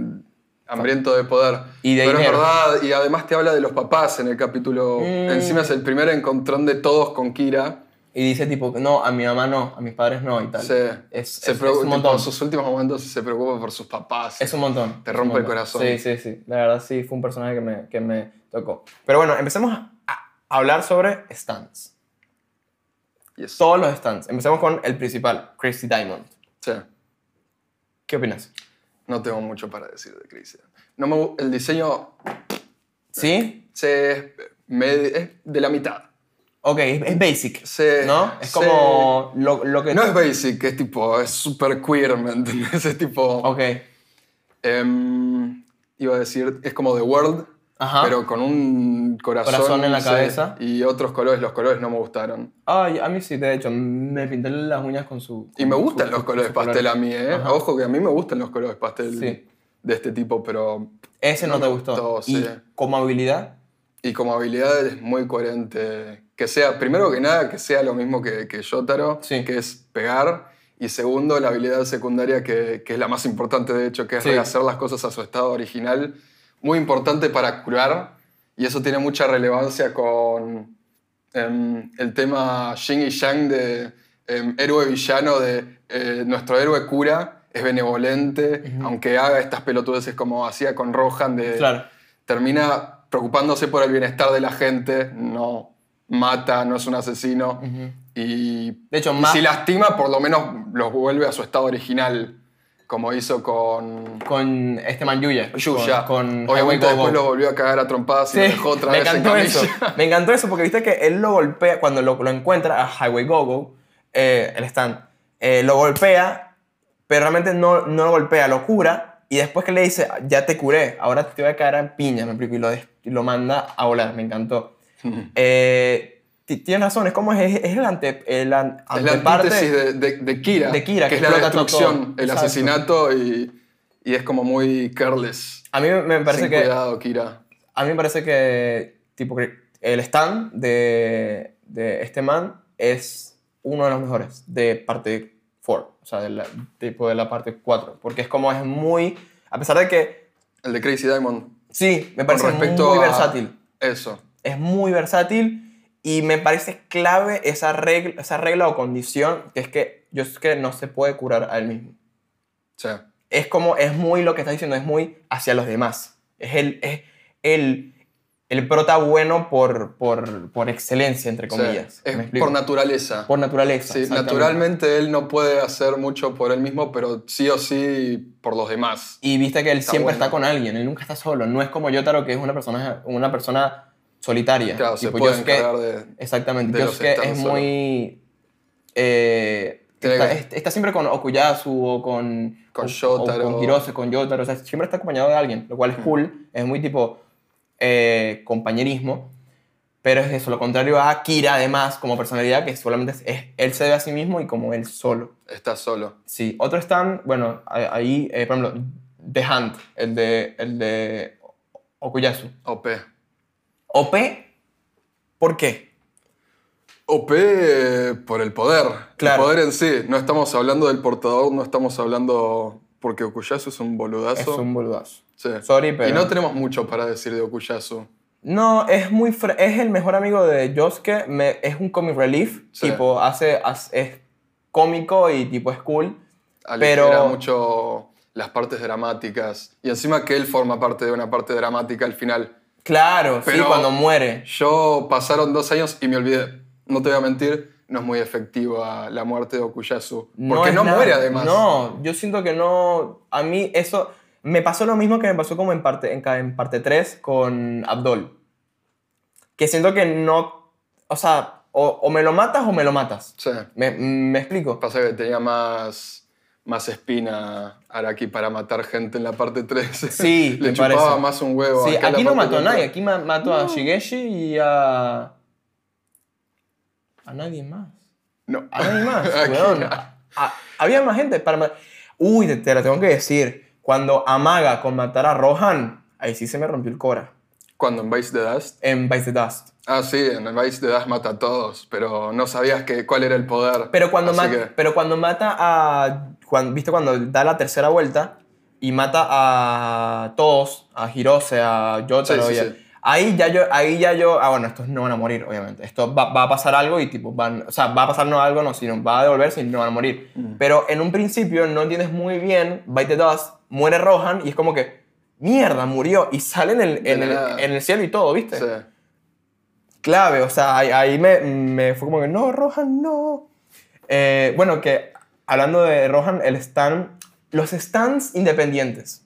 A: hambriento de poder.
B: Y de
A: Pero
B: dinero. Mm.
A: es verdad, y además te habla de los papás en el capítulo. Encima es el primer encontrón de todos con Kira.
B: Y dice tipo, no, a mi mamá no, a mis padres no y tal.
A: Se,
B: Es,
A: se
B: es-
A: preocu-
B: es un
A: tipo,
B: montón.
A: en sus últimos momentos se preocupa por sus papás.
B: Es un montón.
A: Te
B: es un
A: rompe el
B: montón.
A: corazón.
B: Sí, sí, sí. La verdad sí, fue un personaje que me, que me tocó. Pero bueno, empecemos a a hablar sobre stands.
A: Yes.
B: Todos los stands. Empecemos con el principal, Christy Diamond.
A: Sí.
B: ¿Qué opinas?
A: No tengo mucho para decir de Chris. No me, gu- el diseño
B: ¿Sí?
A: se, me- es de la mitad.
B: Ok, es, es basic.
A: Se-
B: ¿No? Es
A: se-
B: como lo, lo que.
A: No es basic, es tipo, es super queer, ¿me entendés? Es tipo...
B: Ok.
A: Em, iba a decir, es como The World,
B: Ajá.
A: pero con un corazón,
B: Ah. Corazón en la
A: sí,
B: cabeza.
A: y otros colores. Los colores no me gustaron.
B: Ay, a mí sí, de hecho, me pinté las uñas con su.
A: Y me
B: con
A: gustan
B: su-
A: los
B: con
A: colores
B: su
A: pastel
B: color.
A: a mí, ¿eh?
B: Ajá.
A: Ojo que a mí me gustan los colores pastel
B: Sí.
A: de este tipo, pero.
B: Ese no,
A: No
B: te
A: me
B: gustó.
A: gustó,
B: y
A: sí.
B: como habilidad,
A: Y como habilidad es muy coherente. Que sea, primero que nada, que sea lo mismo que, que Yotaro,
B: Sí.
A: que es pegar. Y segundo, la habilidad secundaria, que, que es la más importante, de hecho, que es
B: Sí.
A: rehacer las cosas a su estado original. Muy importante para curar. Y eso tiene mucha relevancia con em, el tema Yin y Yang de em, héroe-villano, de eh, nuestro héroe cura, es benevolente, aunque haga estas pelotudeces como hacía con Rohan, de
B: claro.
A: termina preocupándose por el bienestar de la gente, no mata, no es un asesino. Y,
B: De hecho,
A: y
B: más
A: si lastima, por lo menos los vuelve a su estado original, como hizo con
B: con este man Yuya.
A: Yuya.
B: Con, con Highway
A: Obviamente
B: Go
A: después
B: Go.
A: lo volvió a cagar a trompadas y lo dejó otra
B: me
A: vez en
B: encantó
A: camilla.
B: eso. Me encantó eso porque viste que él lo golpea, cuando lo, lo encuentra a Highway Gogo, eh, el stand, eh, lo golpea, pero realmente no, no lo golpea, lo cura. Y después que le dice, ya te curé, ahora te voy a caer a piña, me explico, y lo, des- y lo manda a volar, me encantó. Eh, ti- tienes razón, es como es, es el, ante, el an-
A: Es la
B: anteparte-
A: antítesis de, de- de Kira,
B: de Kira,
A: que, es
B: que
A: la
B: explota todo,
A: destrucción, el
B: exacto.
A: asesinato y, y es como muy careless.
B: A mí me parece
A: Sin
B: que...
A: cuidado, Kira.
B: A mí me parece que tipo, que el stand de, de este man es uno de los mejores de parte 4, o sea, de la, tipo de la parte 4, porque es como es muy, a pesar de que,
A: El de Crazy Diamond.
B: sí, me parece
A: con respecto
B: muy
A: a
B: versátil,
A: Eso.
B: es muy versátil y me parece clave esa regla, esa regla o condición, que es que yo sé que no se puede curar a él mismo
A: Sí.
B: es como, es muy lo que está diciendo, es muy hacia los demás. Es el, es el, el prota bueno por, por, por excelencia, entre
A: Sí.
B: comillas. ¿Me
A: Es
B: explico?
A: por naturaleza.
B: Por naturaleza.
A: Sí,
B: exactamente.
A: naturalmente él no puede hacer mucho por él mismo, pero sí o sí por los demás.
B: Y viste que él
A: Está
B: siempre
A: bueno.
B: está con alguien, él nunca está solo. No es como Yotaro, que es una persona, una persona solitaria.
A: Claro, se
B: Tipo,
A: puede
B: Yosuke-
A: encargar de...
B: Exactamente.
A: de los
B: Yosuke es
A: estados solo.
B: muy. eh,
A: Tiene
B: está,
A: que-
B: es- está siempre con Okuyasu o con.
A: Con
B: o-
A: Yotaro.
B: o con Hirose, con Yotaro. O sea, siempre está acompañado de alguien, lo cual es cool. Es muy tipo. eh, compañerismo. Pero es eso, lo contrario a Kira, además, como personalidad, que solamente es, es- él se ve a sí mismo y como él solo.
A: Está solo.
B: Sí, otro stand, bueno, a- ahí, eh, por ejemplo, The Hunt, el de, el de Okuyasu.
A: OP.
B: OP, ¿por qué?
A: OP eh, por el poder.
B: Claro.
A: El poder en sí. No estamos hablando del portador, no estamos hablando... Porque Okuyasu es un
B: Es
A: boludazo.
B: un boludazo.
A: Sí.
B: sorry, pero-
A: Y no tenemos mucho para decir de Okuyasu.
B: No, es muy fre- es el mejor amigo de Josuke, me- es un comic relief,
A: Sí.
B: tipo hace, hace- es cómico y tipo es cool.
A: Aligera
B: Pero-
A: mucho las partes dramáticas. Y encima que él forma parte de una parte dramática al final.
B: Claro, sí,
A: Pero-
B: cuando muere.
A: Yo pasaron dos años y me olvidé. No te voy a mentir, no es muy efectiva la muerte de Okuyasu.
B: No
A: Porque
B: es
A: no,
B: nada.
A: muere además.
B: No, yo siento que no. A mí eso. Me pasó lo mismo que me pasó como en parte, en, ca- en parte 3 con Abdol. Que siento que no. O sea, o, o me lo matas o me lo matas.
A: Sí.
B: Me, me explico.
A: Pasa que tenía más, más espina Araki para matar gente en la parte 3.
B: Sí,
A: Le
B: me
A: chupaba
B: parece.
A: más un huevo.
B: Sí,
A: Acá en la
B: aquí no
A: parte
B: mató a nadie.
A: cuatro-
B: Aquí ma- mató a Shigeshi y a. A nadie más.
A: No.
B: A nadie más,
A: Aquí-
B: weón. A- a- había más gente para ma- Uy, te, te la tengo que decir. Cuando amaga con matar a Rohan, ahí sí se me rompió el cora.
A: Cuando en Vice the Dust.
B: En Vice the Dust.
A: Ah, sí, en Vice the Dust mata a todos, pero no sabías que, cuál era el poder.
B: Pero cuando,
A: Así
B: mata,
A: que-
B: pero cuando mata a. cuan- ¿Viste cuando da la tercera vuelta? Y mata a todos, a Hirose, a Jotaro.
A: Sí, sí,
B: y a-
A: sí.
B: Ahí ya yo, ahí ya yo. Ah, bueno, estos no van a morir, obviamente. Esto va, va a pasar algo y tipo, van, o sea, va a pasar no algo, no, sino va a devolverse y no van a morir.
A: Mm.
B: Pero en un principio no entiendes muy bien, Bite the Dust, muere Rohan y es como que, mierda, murió. Y sale en el,
A: De
B: en
A: la
B: el-
A: nada.
B: en el cielo y todo, ¿viste?
A: Sí.
B: clave. O sea, ahí, ahí me, me fue como que, no, Rohan, no. Eh, bueno, que hablando de Rohan, el stand, los stands independientes.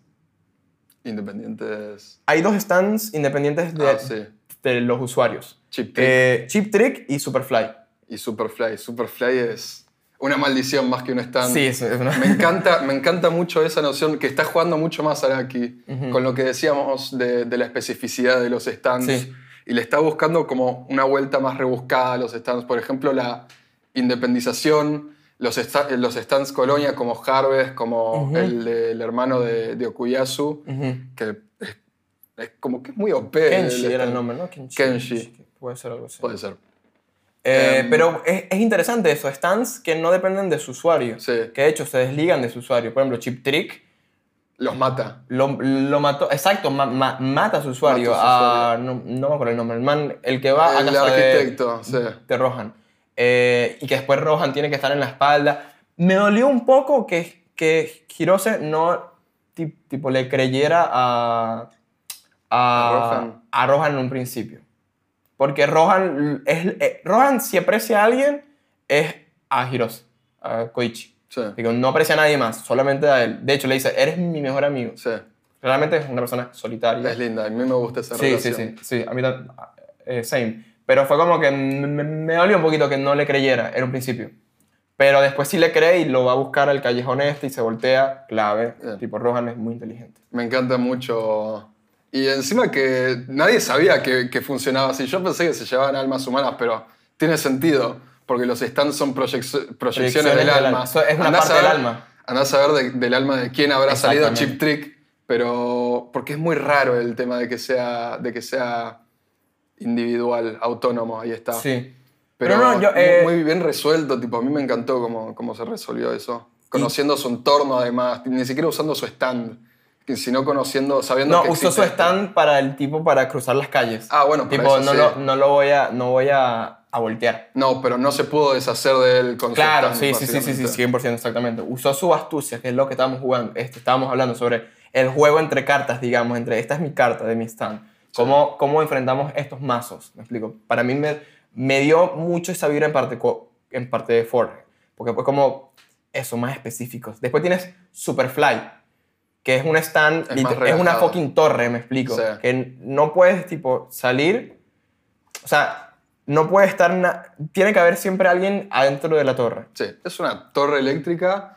A: Independientes.
B: Hay dos stands independientes de,
A: Ah, sí.
B: de los usuarios.
A: Chip Trick
B: Eh, Chip Trick y Superfly.
A: y Superfly. Superfly es una maldición más que un stand.
B: Sí, eso es una...
A: Me encanta, me encanta mucho esa noción que está jugando mucho más Araki con lo que decíamos de, de la especificidad de los stands.
B: Sí.
A: Y le está buscando como una vuelta más rebuscada a los stands. Por ejemplo, la independización, los, sta- eh, los stands colonia como Harvest, como
B: Ujú.
A: el del hermano de, de Okuyasu,
B: Ujú.
A: que es, es como que es muy OP. el
B: Kenshi era el
A: stand.
B: nombre, ¿no? Kenshi.
A: Kenshi.
B: Puede ser algo así.
A: Puede ser.
B: Eh,
A: Em,
B: pero es, es interesante eso, stands que no dependen de su usuario.
A: Sí.
B: Que de hecho se desligan de su usuario. Por ejemplo, Chip Trick
A: Los mata.
B: Lo, lo mató, exacto, ma- ma- mata a su usuario.
A: Mata a
B: a- no, no me acuerdo el nombre, el man, el que va a
A: el
B: casa de-
A: arquitecto, sí.
B: de, Rohan. Eh, y que después Rohan tiene que estar en la espalda. Me dolió un poco que, que Hirose no ti- tipo, le creyera a, a,
A: A Rohan.
B: a Rohan en un principio. Porque Rohan, es, eh, Rohan, si aprecia a alguien, es a Hirose, a Koichi.
A: Sí,
B: Digo, no aprecia a nadie más, solamente a él. De hecho, le dice, eres mi mejor amigo.
A: sí.
B: Realmente es una persona solitaria.
A: Es linda, a mí me gusta esa
B: sí, sí,
A: relación.
B: sí, sí, a mí tam- eh, same. Pero fue como que me, me- me dolió un poquito que no le creyera en un principio. Pero después sí le cree y lo va a buscar al callejón este y se voltea, clave.
A: Bien.
B: Tipo, Rohan es muy inteligente.
A: Me encanta mucho. Y encima que nadie sabía que, que funcionaba así. Yo pensé que se llevaban almas humanas, pero tiene sentido, porque los stands son proyec- proyecciones,
B: Proyecciones
A: del
B: del
A: alma.
B: alma. Eso es una
A: Andás
B: parte
A: a ver-
B: del alma.
A: Andás a ver de- del alma de quién habrá salido
B: Exactamente.
A: Chip Trick, pero porque es muy raro el tema de que sea, de que sea individual, autónomo, ahí está.
B: Sí.
A: Pero,
B: Pero no, yo,
A: mu-
B: eh,
A: muy bien resuelto, tipo, a mí me encantó cómo, cómo se resolvió eso. Conociendo su entorno, además, ni siquiera usando su stand, que- sino conociendo, sabiendo
B: No,
A: que
B: usó su
A: existe. este
B: stand para el tipo para cruzar las calles.
A: Ah, bueno, para
B: Tipo,
A: eso
B: no,
A: sí.
B: lo, no lo voy a, no voy a, a voltear.
A: No, pero no se pudo deshacer de él con
B: Claro,
A: su stand.
B: sí, sí, sí, sí, sí,
A: básicamente.
B: 100%, exactamente. Usó su astucia, que es lo que estábamos jugando, este, estábamos hablando sobre el juego entre cartas, digamos, entre esta es mi carta de mi stand. ¿Cómo, cómo enfrentamos estos mazos? Me explico. Para mí me, me dio mucho esa vibra en parte, co- en parte de Ford, porque fue como eso, más específicos. Después tienes Superfly, que es un stand,
A: Es
B: lit-
A: más
B: es, una
A: relajado.
B: fucking torre, me explico.
A: Sí.
B: Que no puedes, tipo, salir o sea, no puede estar. na- Tiene que haber siempre alguien adentro de la torre.
A: Sí, es una torre eléctrica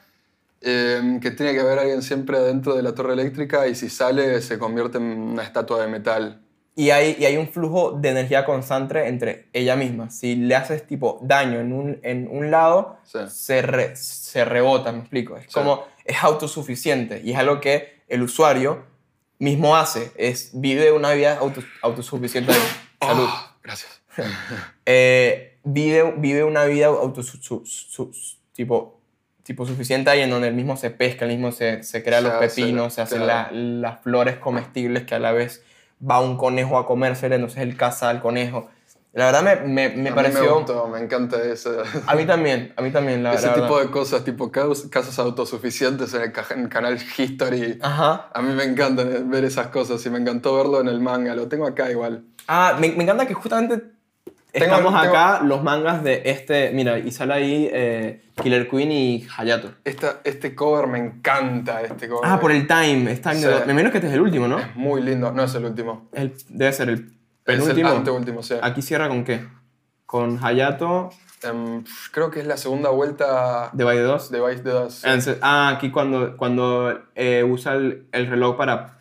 A: eh, que tiene que haber alguien siempre adentro de la torre eléctrica y si sale se convierte en una estatua de metal.
B: Y hay, y hay un flujo de energía constante entre ella misma. Si le haces tipo daño en un, en un lado,
A: Sí.
B: se, re- se rebota, me explico. Es
A: Sí.
B: como es autosuficiente y es algo que el usuario mismo hace. Es, vive una vida autos- autosuficiente. Salud.
A: Ah, gracias.
B: Eh, vive, vive una vida autosu- su- su- su- tipo, tipo suficiente ahí en donde el mismo se pesca, el mismo se, se crea
A: Se
B: los
A: hace,
B: pepinos, se hacen
A: claro.
B: la- las flores comestibles que a la vez va un conejo a comerse, entonces él caza al conejo. La verdad me, me- me
A: A mí
B: pareció...
A: Me, gustó, me encanta ese,
B: a mí también, a mí también, la,
A: ese
B: la
A: tipo
B: verdad.
A: de cosas, tipo caus- casas autosuficientes en el, ca- en el canal History.
B: Ajá.
A: A mí me encanta ver esas cosas y me encantó verlo en el manga. Lo tengo acá igual.
B: Ah, me, me encanta que justamente
A: Tengo-
B: estamos
A: tengo-
B: acá los mangas de este. Mira, y sale ahí eh, Killer Queen y Hayato.
A: Esta- este cover me encanta, este cover.
B: Ah, por el time. es time de
A: Sí.
B: dos- Me menos que este es el último, ¿no?
A: Es muy lindo, no es el último.
B: El- debe ser el
A: Es
B: penúltimo.
A: el anteúltimo, sí.
B: Aquí cierra con qué? Con Hayato
A: Em, pff, creo que es la segunda vuelta
B: de By 2.
A: de Vice de Dust.
B: ah, aquí cuando, cuando eh, usa el, el reloj para,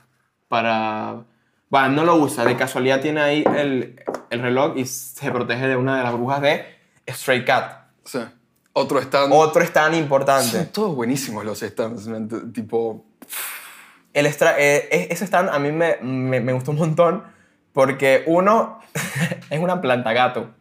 B: para... Bueno, no lo usa, de casualidad tiene ahí el, el reloj y se protege de una de las brujas de Stray Cat.
A: Sí. Otro stand.
B: Otro stand
A: Son
B: importante.
A: todos buenísimos los stands, ¿me ent- tipo...
B: El extra- eh, e- ese stand a mí me, me, me gustó un montón porque uno es una planta gato.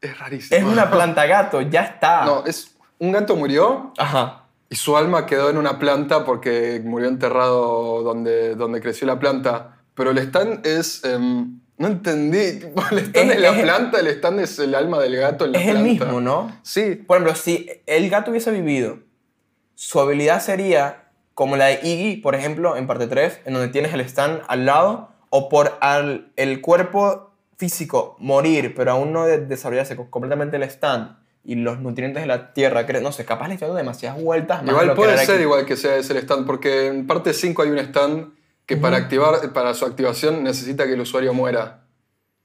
A: Es rarísimo.
B: Es una planta gato, ya está.
A: No, es... Un gato murió
B: Ajá.
A: y su alma quedó en una planta porque murió enterrado donde, donde creció la planta. Pero el stand es... em, no entendí. tipo, El stand
B: Es-
A: es, la
B: es-
A: planta, el stand es el alma del gato en la
B: Es el
A: planta.
B: mismo, ¿no?
A: Sí.
B: Por ejemplo, si el gato hubiese vivido, su habilidad sería como la de Iggy, por ejemplo, en parte 3, en donde tienes el stand al lado, o por al, el cuerpo físico morir, pero aún no de- desarrollarse co- completamente el stand y los nutrientes de la tierra, cre- no sé, capaz le estoy dando demasiadas vueltas. más de
A: Igual
B: lo que
A: puede
B: era
A: ser
B: aquí.
A: igual que sea ese el stand, porque en parte 5 hay un stand que para activar, para su activación necesita que el usuario muera.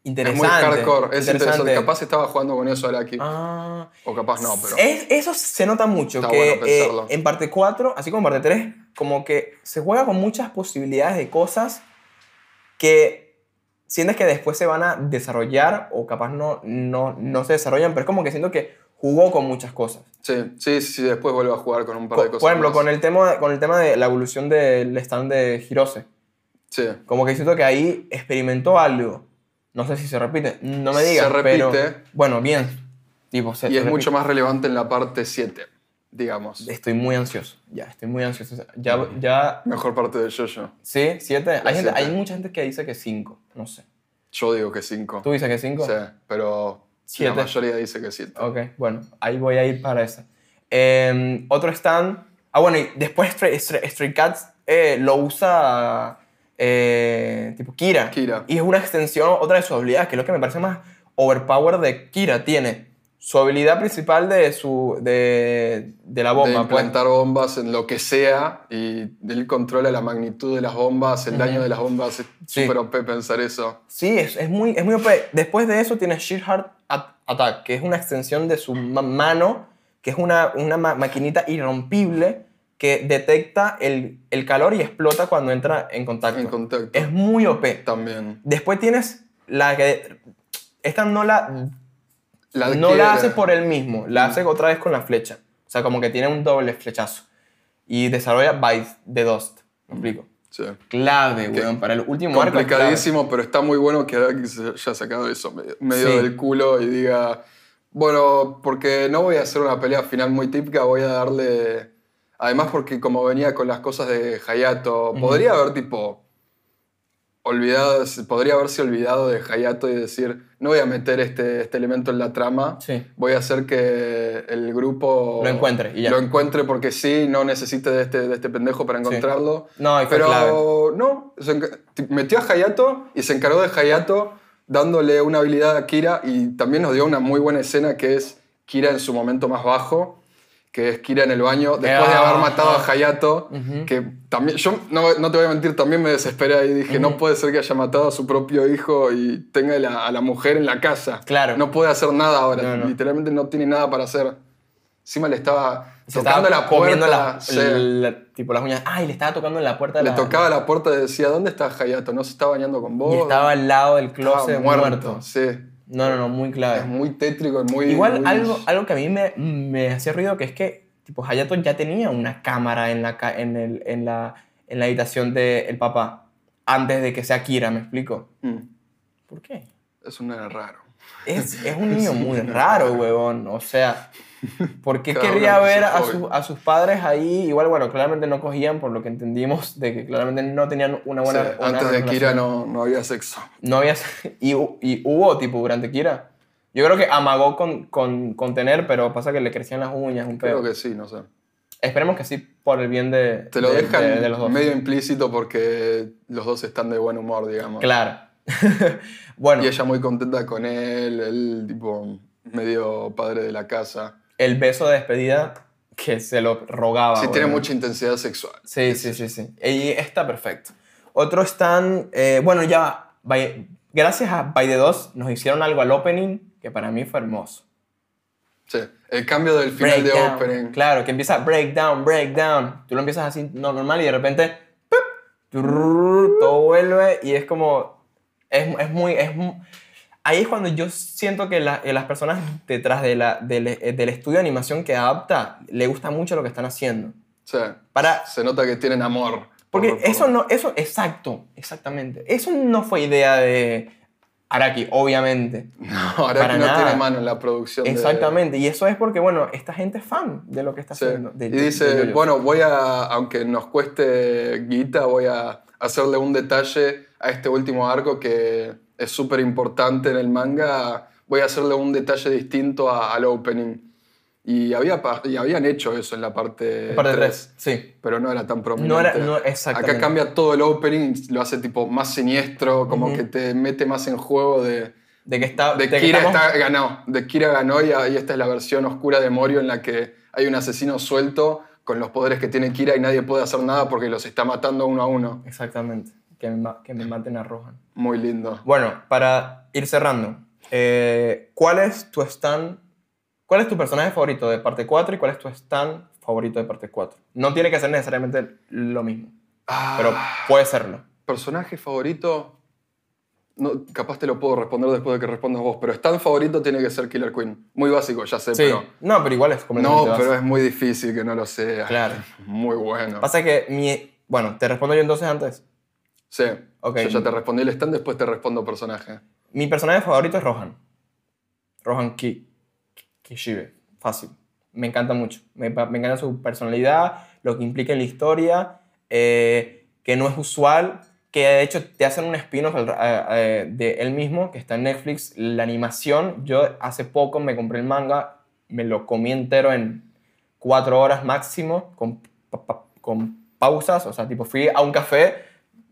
A: Es muy
B: Interesante.
A: hardcore, es interesante. Capaz estaba jugando con eso Araki.
B: Ah,
A: O capaz no, pero.
B: Es- eso se nota mucho,
A: Está
B: que
A: bueno
B: eh,
A: pensarlo.
B: en parte 4, así como en parte 3, como que se juega con muchas posibilidades de cosas que sientes que después se van a desarrollar o capaz no, no, no se desarrollan, pero es como que siento que jugó con muchas cosas.
A: Sí, sí, sí, después vuelvo a jugar con un par
B: Co-
A: de cosas.
B: Por ejemplo,
A: más.
B: con el, tema, con el tema de la evolución del stand de Hirose,
A: Sí.
B: como que siento que ahí experimentó algo. No sé si se repite, no me
A: Se
B: digas, pero
A: repite.
B: bueno, bien. Tipo, se-
A: Y
B: se
A: es mucho
B: repite.
A: más relevante en la parte 7, digamos.
B: Estoy muy ansioso. Ya, estoy muy ansioso. Ya, ya
A: Mejor parte de Yo-Yo.
B: sí, siete. Hay,
A: siete.
B: gente- hay mucha gente que dice que cinco. No sé.
A: Yo digo que 5.
B: ¿Tú dices que cinco?
A: Sí, pero
B: Siete.
A: la mayoría dice que 7.
B: Ok, bueno, ahí voy a ir para esa. Eh, otro stand. Ah, bueno, y después Stray, Stray- Stray Cats eh, lo usa eh, tipo Kira.
A: Kira.
B: Y es una extensión, otra de sus habilidades, que es lo que me parece más overpower de Kira. Tiene su habilidad principal de, su, de, de la
A: de
B: bomba. pues.
A: implantar bombas en lo que sea y él controla la magnitud de las bombas, el daño de las bombas. Es
B: Sí.
A: súper OP pensar eso.
B: Sí, es, es muy, es muy OP. Después de eso tiene Sheer Heart At- Attack, que es una extensión de su ma- mano, que es una, una ma- maquinita irrompible que detecta el, el calor y explota cuando entra en contacto.
A: En contacto.
B: Es muy OP.
A: También.
B: Después tienes la que... Esta no la,
A: La Mm.
B: no
A: adquiere.
B: la hace por él mismo, la hace otra vez con la flecha. O sea, como que tiene un doble flechazo. Y desarrolla Bites de Dust. ¿Me explico?
A: Sí.
B: Clave,
A: Que-
B: weón, para el último arco. es clave.
A: Mm. Complicadísimo, pero está muy bueno que Araki se haya sacado eso medio, medio
B: Sí.
A: del culo y diga, bueno, porque no voy a hacer una pelea final muy típica, voy a darle... Además porque como venía con las cosas de Hayato, podría haber tipo... Olvidado, podría haberse olvidado de Hayato y decir, no voy a meter este, este elemento en la trama,
B: Sí.
A: voy a hacer que el grupo
B: Lo encuentre y ya.
A: Lo encuentre porque sí, no necesite de este, de este pendejo para encontrarlo.
B: No, y fue
A: Pero
B: clave.
A: no, se enca- t- metió a Hayato y se encargó de Hayato dándole una habilidad a Kira y también nos dio una muy buena escena que es Kira en su momento más bajo, que es Kira en el baño, después de
B: Ah,
A: haber matado
B: ajá.
A: a Hayato, que también, yo no, no te voy a mentir, también me desesperé y dije, no puede ser que haya matado a su propio hijo y tenga la- a la mujer en la casa.
B: Claro.
A: No puede hacer nada ahora,
B: No, no.
A: literalmente no tiene nada para hacer. Encima le estaba
B: Se
A: tocando
B: estaba
A: la
B: comiendo
A: puerta.
B: la-
A: sí.
B: la- tipo las uñas. Ay, le estaba tocando en la puerta.
A: Le
B: la-
A: tocaba la puerta y decía, ¿dónde está Hayato? ¿No se está bañando con vos?
B: Y estaba al lado del
A: Estaba
B: closet muerto.
A: Sí,
B: No, no, no, muy clave.
A: es muy tétrico y muy...
B: Igual
A: muy-
B: algo, algo que a mí me, me hacía ruido que es que tipo Hayato ya tenía una cámara en la, ca- en el, en la, en la habitación del papá antes de que sea Kira, ¿me explico?
A: Mm,
B: ¿Por qué?
A: Es un nene raro.
B: Es, es un niño muy raro, huevón. O sea, ¿por qué
A: Cada
B: quería
A: uno con
B: ver
A: su
B: a,
A: hobby.
B: sus- a sus padres ahí? Igual, bueno, claramente no cogían, por lo que entendimos, de que claramente no tenían una buena.
A: Sí,
B: una
A: antes de
B: relación.
A: Kira no, no había sexo.
B: No había. Y, hu- y hubo, tipo, durante Kira. Yo creo que amagó con, con, con tener, pero pasa que le crecían las uñas, un
A: Creo
B: pedo.
A: que sí, no sé.
B: Esperemos que sí, por el bien de,
A: Te lo
B: de,
A: dejan
B: de- de los dos.
A: medio implícito porque los dos están de buen humor, digamos.
B: Claro. bueno,
A: Y ella muy contenta con él, él tipo medio padre de la casa.
B: el beso de despedida que se lo rogaba.
A: sí, tiene
B: weón.
A: mucha intensidad sexual.
B: Sí, sí, sí, sí. Y está perfecto. Otro stand, eh, bueno, ya, by- gracias a By the 2 nos hicieron algo al opening que para mí fue hermoso.
A: Sí. El cambio del final de
B: Breakdown,
A: opening.
B: Claro, que empieza breakdown, breakdown. Tú lo empiezas así no, normal y de repente ¡pup! turr, todo vuelve y es como es, es muy es mu- ahí es cuando yo siento que la- que las personas detrás de la, del, eh, del estudio de animación que adapta le gusta mucho lo que están haciendo.
A: Sí.
B: Para
A: Se nota que tienen amor.
B: porque
A: por- por-
B: eso no eso exacto, exactamente. Eso no fue idea de Araki, obviamente.
A: Ahora
B: para
A: que no
B: nada.
A: tiene mano en la producción. de-
B: Exactamente, y eso es porque bueno, esta gente es fan de lo que está
A: Sí.
B: haciendo. de-
A: Y
B: de- de
A: dice,
B: Yoyos.
A: bueno, voy a, aunque nos cueste guita, voy a hacerle un detalle a este último arco que es súper importante en el manga, voy a hacerle un detalle distinto a- al opening. Y, había, pa- y habían hecho eso en la parte,
B: Parte
A: tres,
B: 3. Sí.
A: pero no era tan prominente.
B: No era- no, exactamente.
A: este, Acá cambia todo el opening, lo hace tipo más siniestro, como que te mete más en juego de...
B: De que está.
A: De
B: que
A: Kira
B: estamos-
A: está- ganó. De Kira ganó y, y esta es la versión oscura de Morio en la que hay un asesino suelto con los poderes que tiene Kira y nadie puede hacer nada porque los está matando uno a uno.
B: Exactamente. Que me, ma- que me maten a Rohan.
A: Muy lindo.
B: Bueno, para ir cerrando, eh, ¿cuál es tu stand? ¿Cuál es tu personaje favorito de parte 4 y cuál es tu stand favorito de parte 4? No tiene que ser necesariamente lo mismo,
A: Ah,
B: pero puede serlo.
A: personaje favorito. No, capaz te lo puedo responder después de que respondas vos, pero tan favorito tiene que ser Killer Queen. Muy básico, ya sé,
B: Sí.
A: pero.
B: No, pero igual es
A: No,
B: completamente
A: pero
B: básico.
A: es muy difícil que no lo sea.
B: Claro.
A: Muy bueno.
B: Pasa que mi. Bueno, te respondo yo entonces antes.
A: Sí.
B: Ok.
A: Yo ya te respondí el stand, después te respondo personaje.
B: Mi personaje favorito es Rohan. Rohan Ki Kishibe. Fácil. Me encanta mucho. Me, pa- me encanta su personalidad, lo que implica en la historia, eh, que no es usual, que de hecho te hacen un spin-off al- a- a- de él mismo, que está en Netflix, la animación. Yo hace poco me compré el manga, me lo comí entero en cuatro horas máximo, con, pa- pa- con pausas, o sea, tipo fui a un café,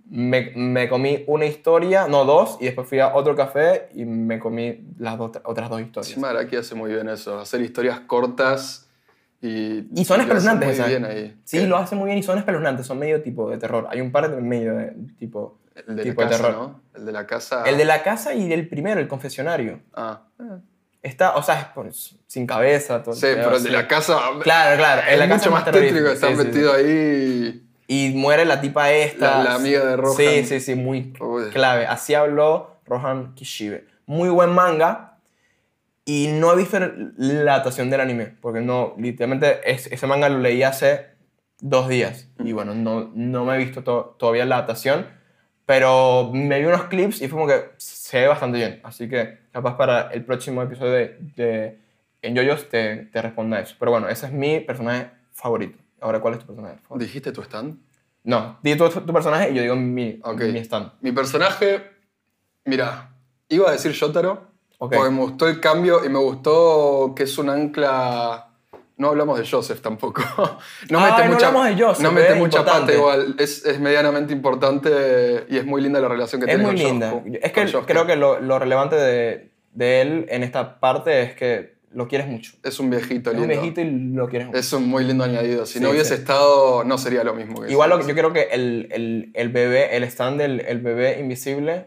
B: me, me comí una historia, no dos, y después fui a otro café y me comí las dos- otras dos historias.
A: Encima Araki hace muy bien eso, hacer historias cortas y...
B: Y son
A: lo hace
B: espeluznantes
A: Muy
B: esas.
A: bien ahí. Eh.
B: Sí,
A: Que
B: lo hace muy bien y son espeluznantes, son medio tipo de terror. Hay un par de medio de tipo...
A: El de
B: tipo
A: la
B: de
A: casa,
B: terror.
A: ¿no? El de la casa...
B: El de la casa y del primero, el confesionario.
A: Ah.
B: Está, o sea, es por- sin cabeza. Todo,
A: Sí, pero el de la casa...
B: Claro, claro. el de
A: Es
B: la casa
A: mucho más
B: terrorífico,
A: tétrico,
B: sí,
A: está
B: sí, sí.
A: metido ahí...
B: Y muere la tipa esta.
A: La- la amiga de Rohan.
B: Sí, sí, sí, muy
A: Uy.
B: clave. Así habló Rohan Kishibe. Muy buen manga. Y no he visto la adaptación del anime. Porque no, literalmente, es- ese manga lo leí hace dos días. Y bueno, no, no me he visto to- todavía la adaptación. Pero me vi unos clips y fue como que se ve bastante bien. Así que capaz para el próximo episodio de, de En Yoyos te, te responda eso. Pero bueno, ese es mi personaje favorito. Ahora, ¿cuál es tu personaje favorito?
A: ¿Dijiste tu stand?
B: No, di tu, tu personaje y yo digo mi,
A: Ok.
B: mi stand.
A: Mi personaje... Mira, iba a decir Yotaro,
B: Ok.
A: porque me gustó el cambio y me gustó que es un ancla... No hablamos de Joseph tampoco. no
B: Ay,
A: mete
B: Ah, no
A: mucha,
B: hablamos de Joseph,
A: no mete
B: eh,
A: mucha
B: importante.
A: pata igual. Es, es medianamente importante y es muy linda la relación que
B: Es
A: tiene
B: muy
A: con
B: linda.
A: Josuke.
B: Es que
A: Con Josuke.
B: creo que lo, lo relevante de, de él en esta parte es que lo quieres mucho.
A: Es un viejito
B: Es
A: lindo.
B: un viejito y lo quieres mucho.
A: Es un muy lindo añadido. Si
B: Sí,
A: no hubiese
B: sí.
A: estado, no sería lo mismo. que
B: Igual lo que-
A: sea.
B: yo creo que el, el- el bebé, el stand del el bebé invisible,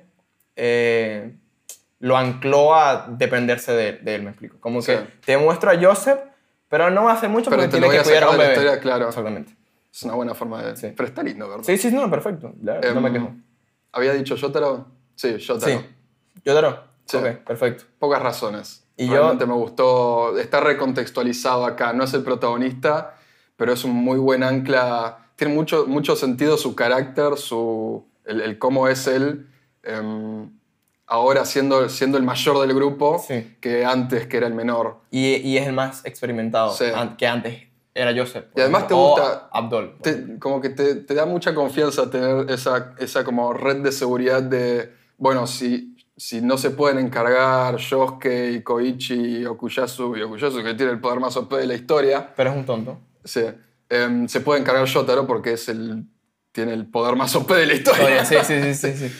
B: eh, lo ancló a dependerse de, de él, me explico. Como
A: Sí.
B: que te muestro a Joseph, pero no va a hacer mucho
A: Pero
B: porque
A: te
B: tiene
A: lo voy
B: que
A: a
B: cuidar
A: sacar
B: a un
A: de la
B: bebé.
A: historia, claro.
B: Exactamente.
A: Es una buena forma de.
B: Sí.
A: Pero está lindo, ¿verdad?
B: Sí, sí, no, perfecto. Ya, no me
A: Em,
B: quejo.
A: ¿Había dicho Yotaro? Sí, Yotaro.
B: Sí. ¿Yo Daro?
A: Sí.
B: Ok, perfecto.
A: Pocas razones.
B: Y yo-
A: Realmente me gustó. Está recontextualizado acá. No es el protagonista, pero es un muy buen ancla. Tiene mucho, mucho sentido su carácter, su, el, el cómo es él. em, ahora siendo, siendo el mayor del grupo,
B: Sí.
A: que antes que era el menor.
B: Y, y es el más experimentado
A: Sí.
B: an- que antes era Joseph. por
A: Y además te
B: ejemplo, o
A: gusta-
B: Abdol.
A: te- como que te, te da mucha confianza tener esa, esa como red de seguridad de, bueno, si, si no se pueden encargar Yosuke y Koichi y Okuyasu, y Okuyasu que tiene el poder más OP de la historia,
B: Pero es un tonto.
A: sí, em, se puede encargar Yotaro porque es el, tiene el poder más OP de la historia.
B: Oye, sí, sí, sí, sí, sí.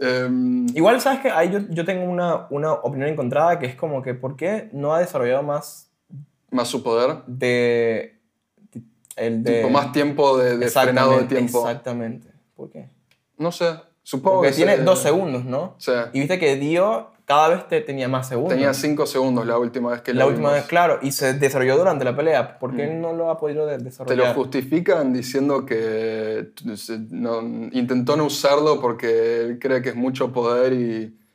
A: Em,
B: Igual, ¿sabes que Ahí yo, yo tengo una, una opinión encontrada que es como que ¿por qué no ha desarrollado más
A: más su poder.
B: de... El de...
A: Tipo, más tiempo de, de frenado de
B: Exactamente,
A: tiempo.
B: Exactamente. ¿Por qué?
A: No sé, supongo
B: Porque
A: que
B: tiene
A: se-
B: dos segundos, ¿no?
A: Sí.
B: Y viste que Dio cada vez te tenía más segundos.
A: Tenía cinco segundos la última vez que
B: La
A: lo
B: última
A: vimos.
B: vez, claro, y se desarrolló durante la pelea. ¿Por qué no lo ha podido de-
A: Mm. Te
B: desarrollar?
A: lo justifican diciendo que se- no- intentó no usarlo porque él cree que es mucho poder y, y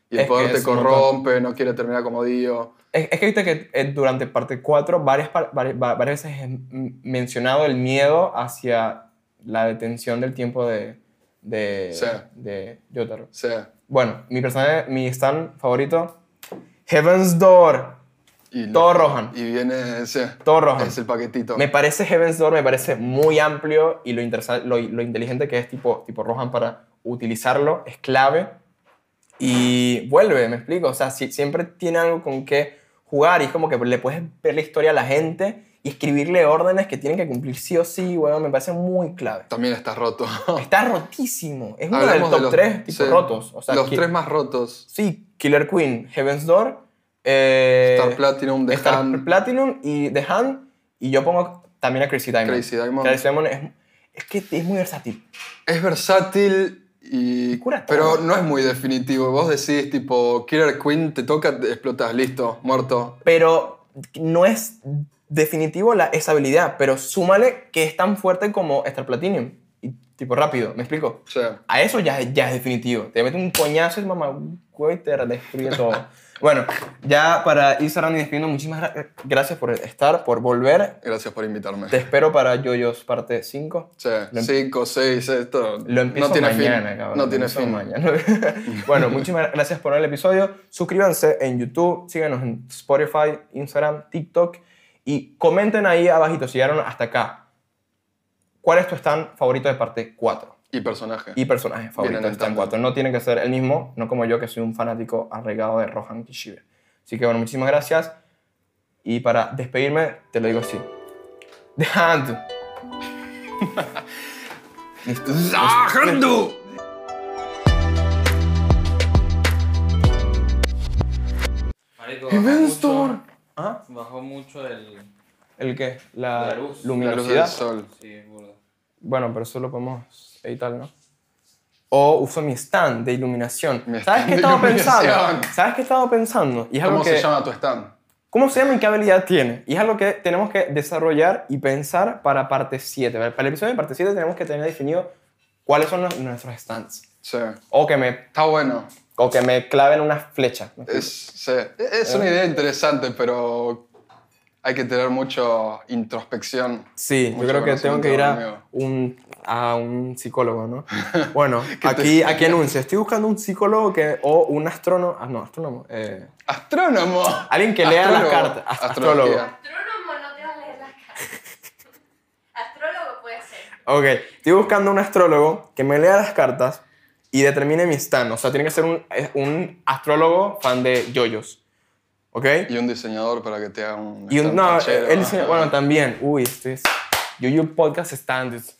A: el
B: Es que
A: poder te
B: es un montón.
A: corrompe, no quiere terminar como Dio.
B: Es, es que viste que eh, durante parte 4 varias, par- vari- va- varias veces es m- mencionado el miedo hacia la detención del tiempo de, de,
A: Sí.
B: de Jotaro.
A: O sea,
B: Bueno, mi personaje, mi stand favorito, Heaven's Door.
A: y lo-
B: Todo Rohan.
A: Y viene ese.
B: Todo Rohan.
A: Es el paquetito.
B: Me parece Heaven's Door, me parece muy amplio y lo, interesa- lo, lo inteligente que es tipo, tipo Rohan para utilizarlo es clave. Y vuelve, me explico. O sea, si- siempre tiene algo con que jugar y es como que le puedes ver la historia a la gente y escribirle órdenes que tienen que cumplir sí o sí. Bueno, me parece muy clave.
A: También está roto.
B: Está rotísimo. Es uno del
A: Hablamos
B: top
A: los-
B: 3 tipo
A: sí.
B: rotos. O sea,
A: los
B: Ki-
A: tres más rotos.
B: Sí, Killer Queen, Heaven's Door, eh,
A: Star Platinum, The
B: Star
A: Hand.
B: Platinum y The Hand. Y yo pongo también a Crazy Diamond.
A: Crazy Diamond.
B: Crazy Diamond es, es que es muy versátil.
A: Es versátil y.
B: Cura todo.
A: pero no es muy definitivo. Vos decís, tipo, Killer Queen, te toca, te explotas, listo, muerto.
B: Pero no es definitivo la, esa habilidad. Pero súmale que es tan fuerte como Star Platinum. Y tipo rápido, ¿me explico?
A: O sea,
B: A eso ya, ya es definitivo. Te mete un coñazo y mamá, güey, te destruye todo. bueno, ya para ir cerrando y despidiendo, muchísimas gra- gracias por estar, por volver.
A: gracias por invitarme.
B: Te espero para Yoyos parte 5.
A: O sea,
B: Lo em-
A: 5, 6, esto.
B: Lo empiezo
A: no tiene
B: mañana,
A: fin.
B: cabrón.
A: No
B: Lo
A: tiene
B: empiezo
A: fin.
B: mañana. bueno, muchísimas gracias por ver el episodio. Suscríbanse en YouTube, síganos en Spotify, Instagram, TikTok y comenten ahí abajito si llegaron hasta acá. ¿Cuál es tu stand favorito de parte 4?
A: Y personaje.
B: Y personaje favorito
A: Vienen
B: de
A: en
B: stand
A: tandem.
B: 4. No tiene que ser el mismo, no como yo que soy un fanático arraigado de Rohan Kishibe. Así que bueno, muchísimas gracias. Y para despedirme, te lo digo así. The Hand.
A: ¡Ah,
B: Este,
A: ¡Zajandu!
D: Marico,
A: Evanstor.
D: bajó
B: ¿Ah?
D: mucho, bajó mucho el...
B: ¿El qué? La,
A: La
D: La luz.
A: luz del
B: luminosidad.
A: sol.
D: Sí, burda.
B: bueno, pero eso lo podemos editar, ¿no? O uso mi stand de iluminación.
A: Mi
B: ¿Sabes
A: stand
B: qué
A: de
B: estaba pensando?
A: iluminación.
B: ¿Sabes qué estaba pensando? Y es algo
A: ¿Cómo
B: que-
A: se llama tu stand?
B: ¿Cómo se llama y qué habilidad tiene? Y es algo que tenemos que desarrollar y pensar para parte 7. Para el episodio de parte 7 tenemos que tener definido cuáles son los- nuestros stands.
A: O sea,
B: O que me,
A: está bueno.
B: o que me claven una flecha.
A: Es, se- es una idea interesante, pero hay que tener mucho introspección.
B: Sí,
A: Mucho
B: yo creo que tengo que ir
A: conocimiento,
B: a
A: amigo.
B: un, a un psicólogo, ¿no? Bueno, aquí, aquí anuncia, estoy buscando un psicólogo que, o un astrónomo, ah, no, astrónomo, eh,
A: ¡Astrónomo!
B: alguien que lea las
A: Astrólogo.
B: cartas, ast- astrólogo.
A: Astrología.
E: Astrónomo no te va a leer las cartas. Astrólogo puede ser.
B: Ok, estoy buscando un astrólogo que me lea las cartas y determine mi stand, o sea, tiene que ser un, eh, un astrólogo fan de yoyos, ¿ok?
A: Y un diseñador para que te haga un.
B: Y un,
A: stand
B: no,
A: fachero.
B: él dice, bueno, también, uy, este es, Yoyo Podcast Standards.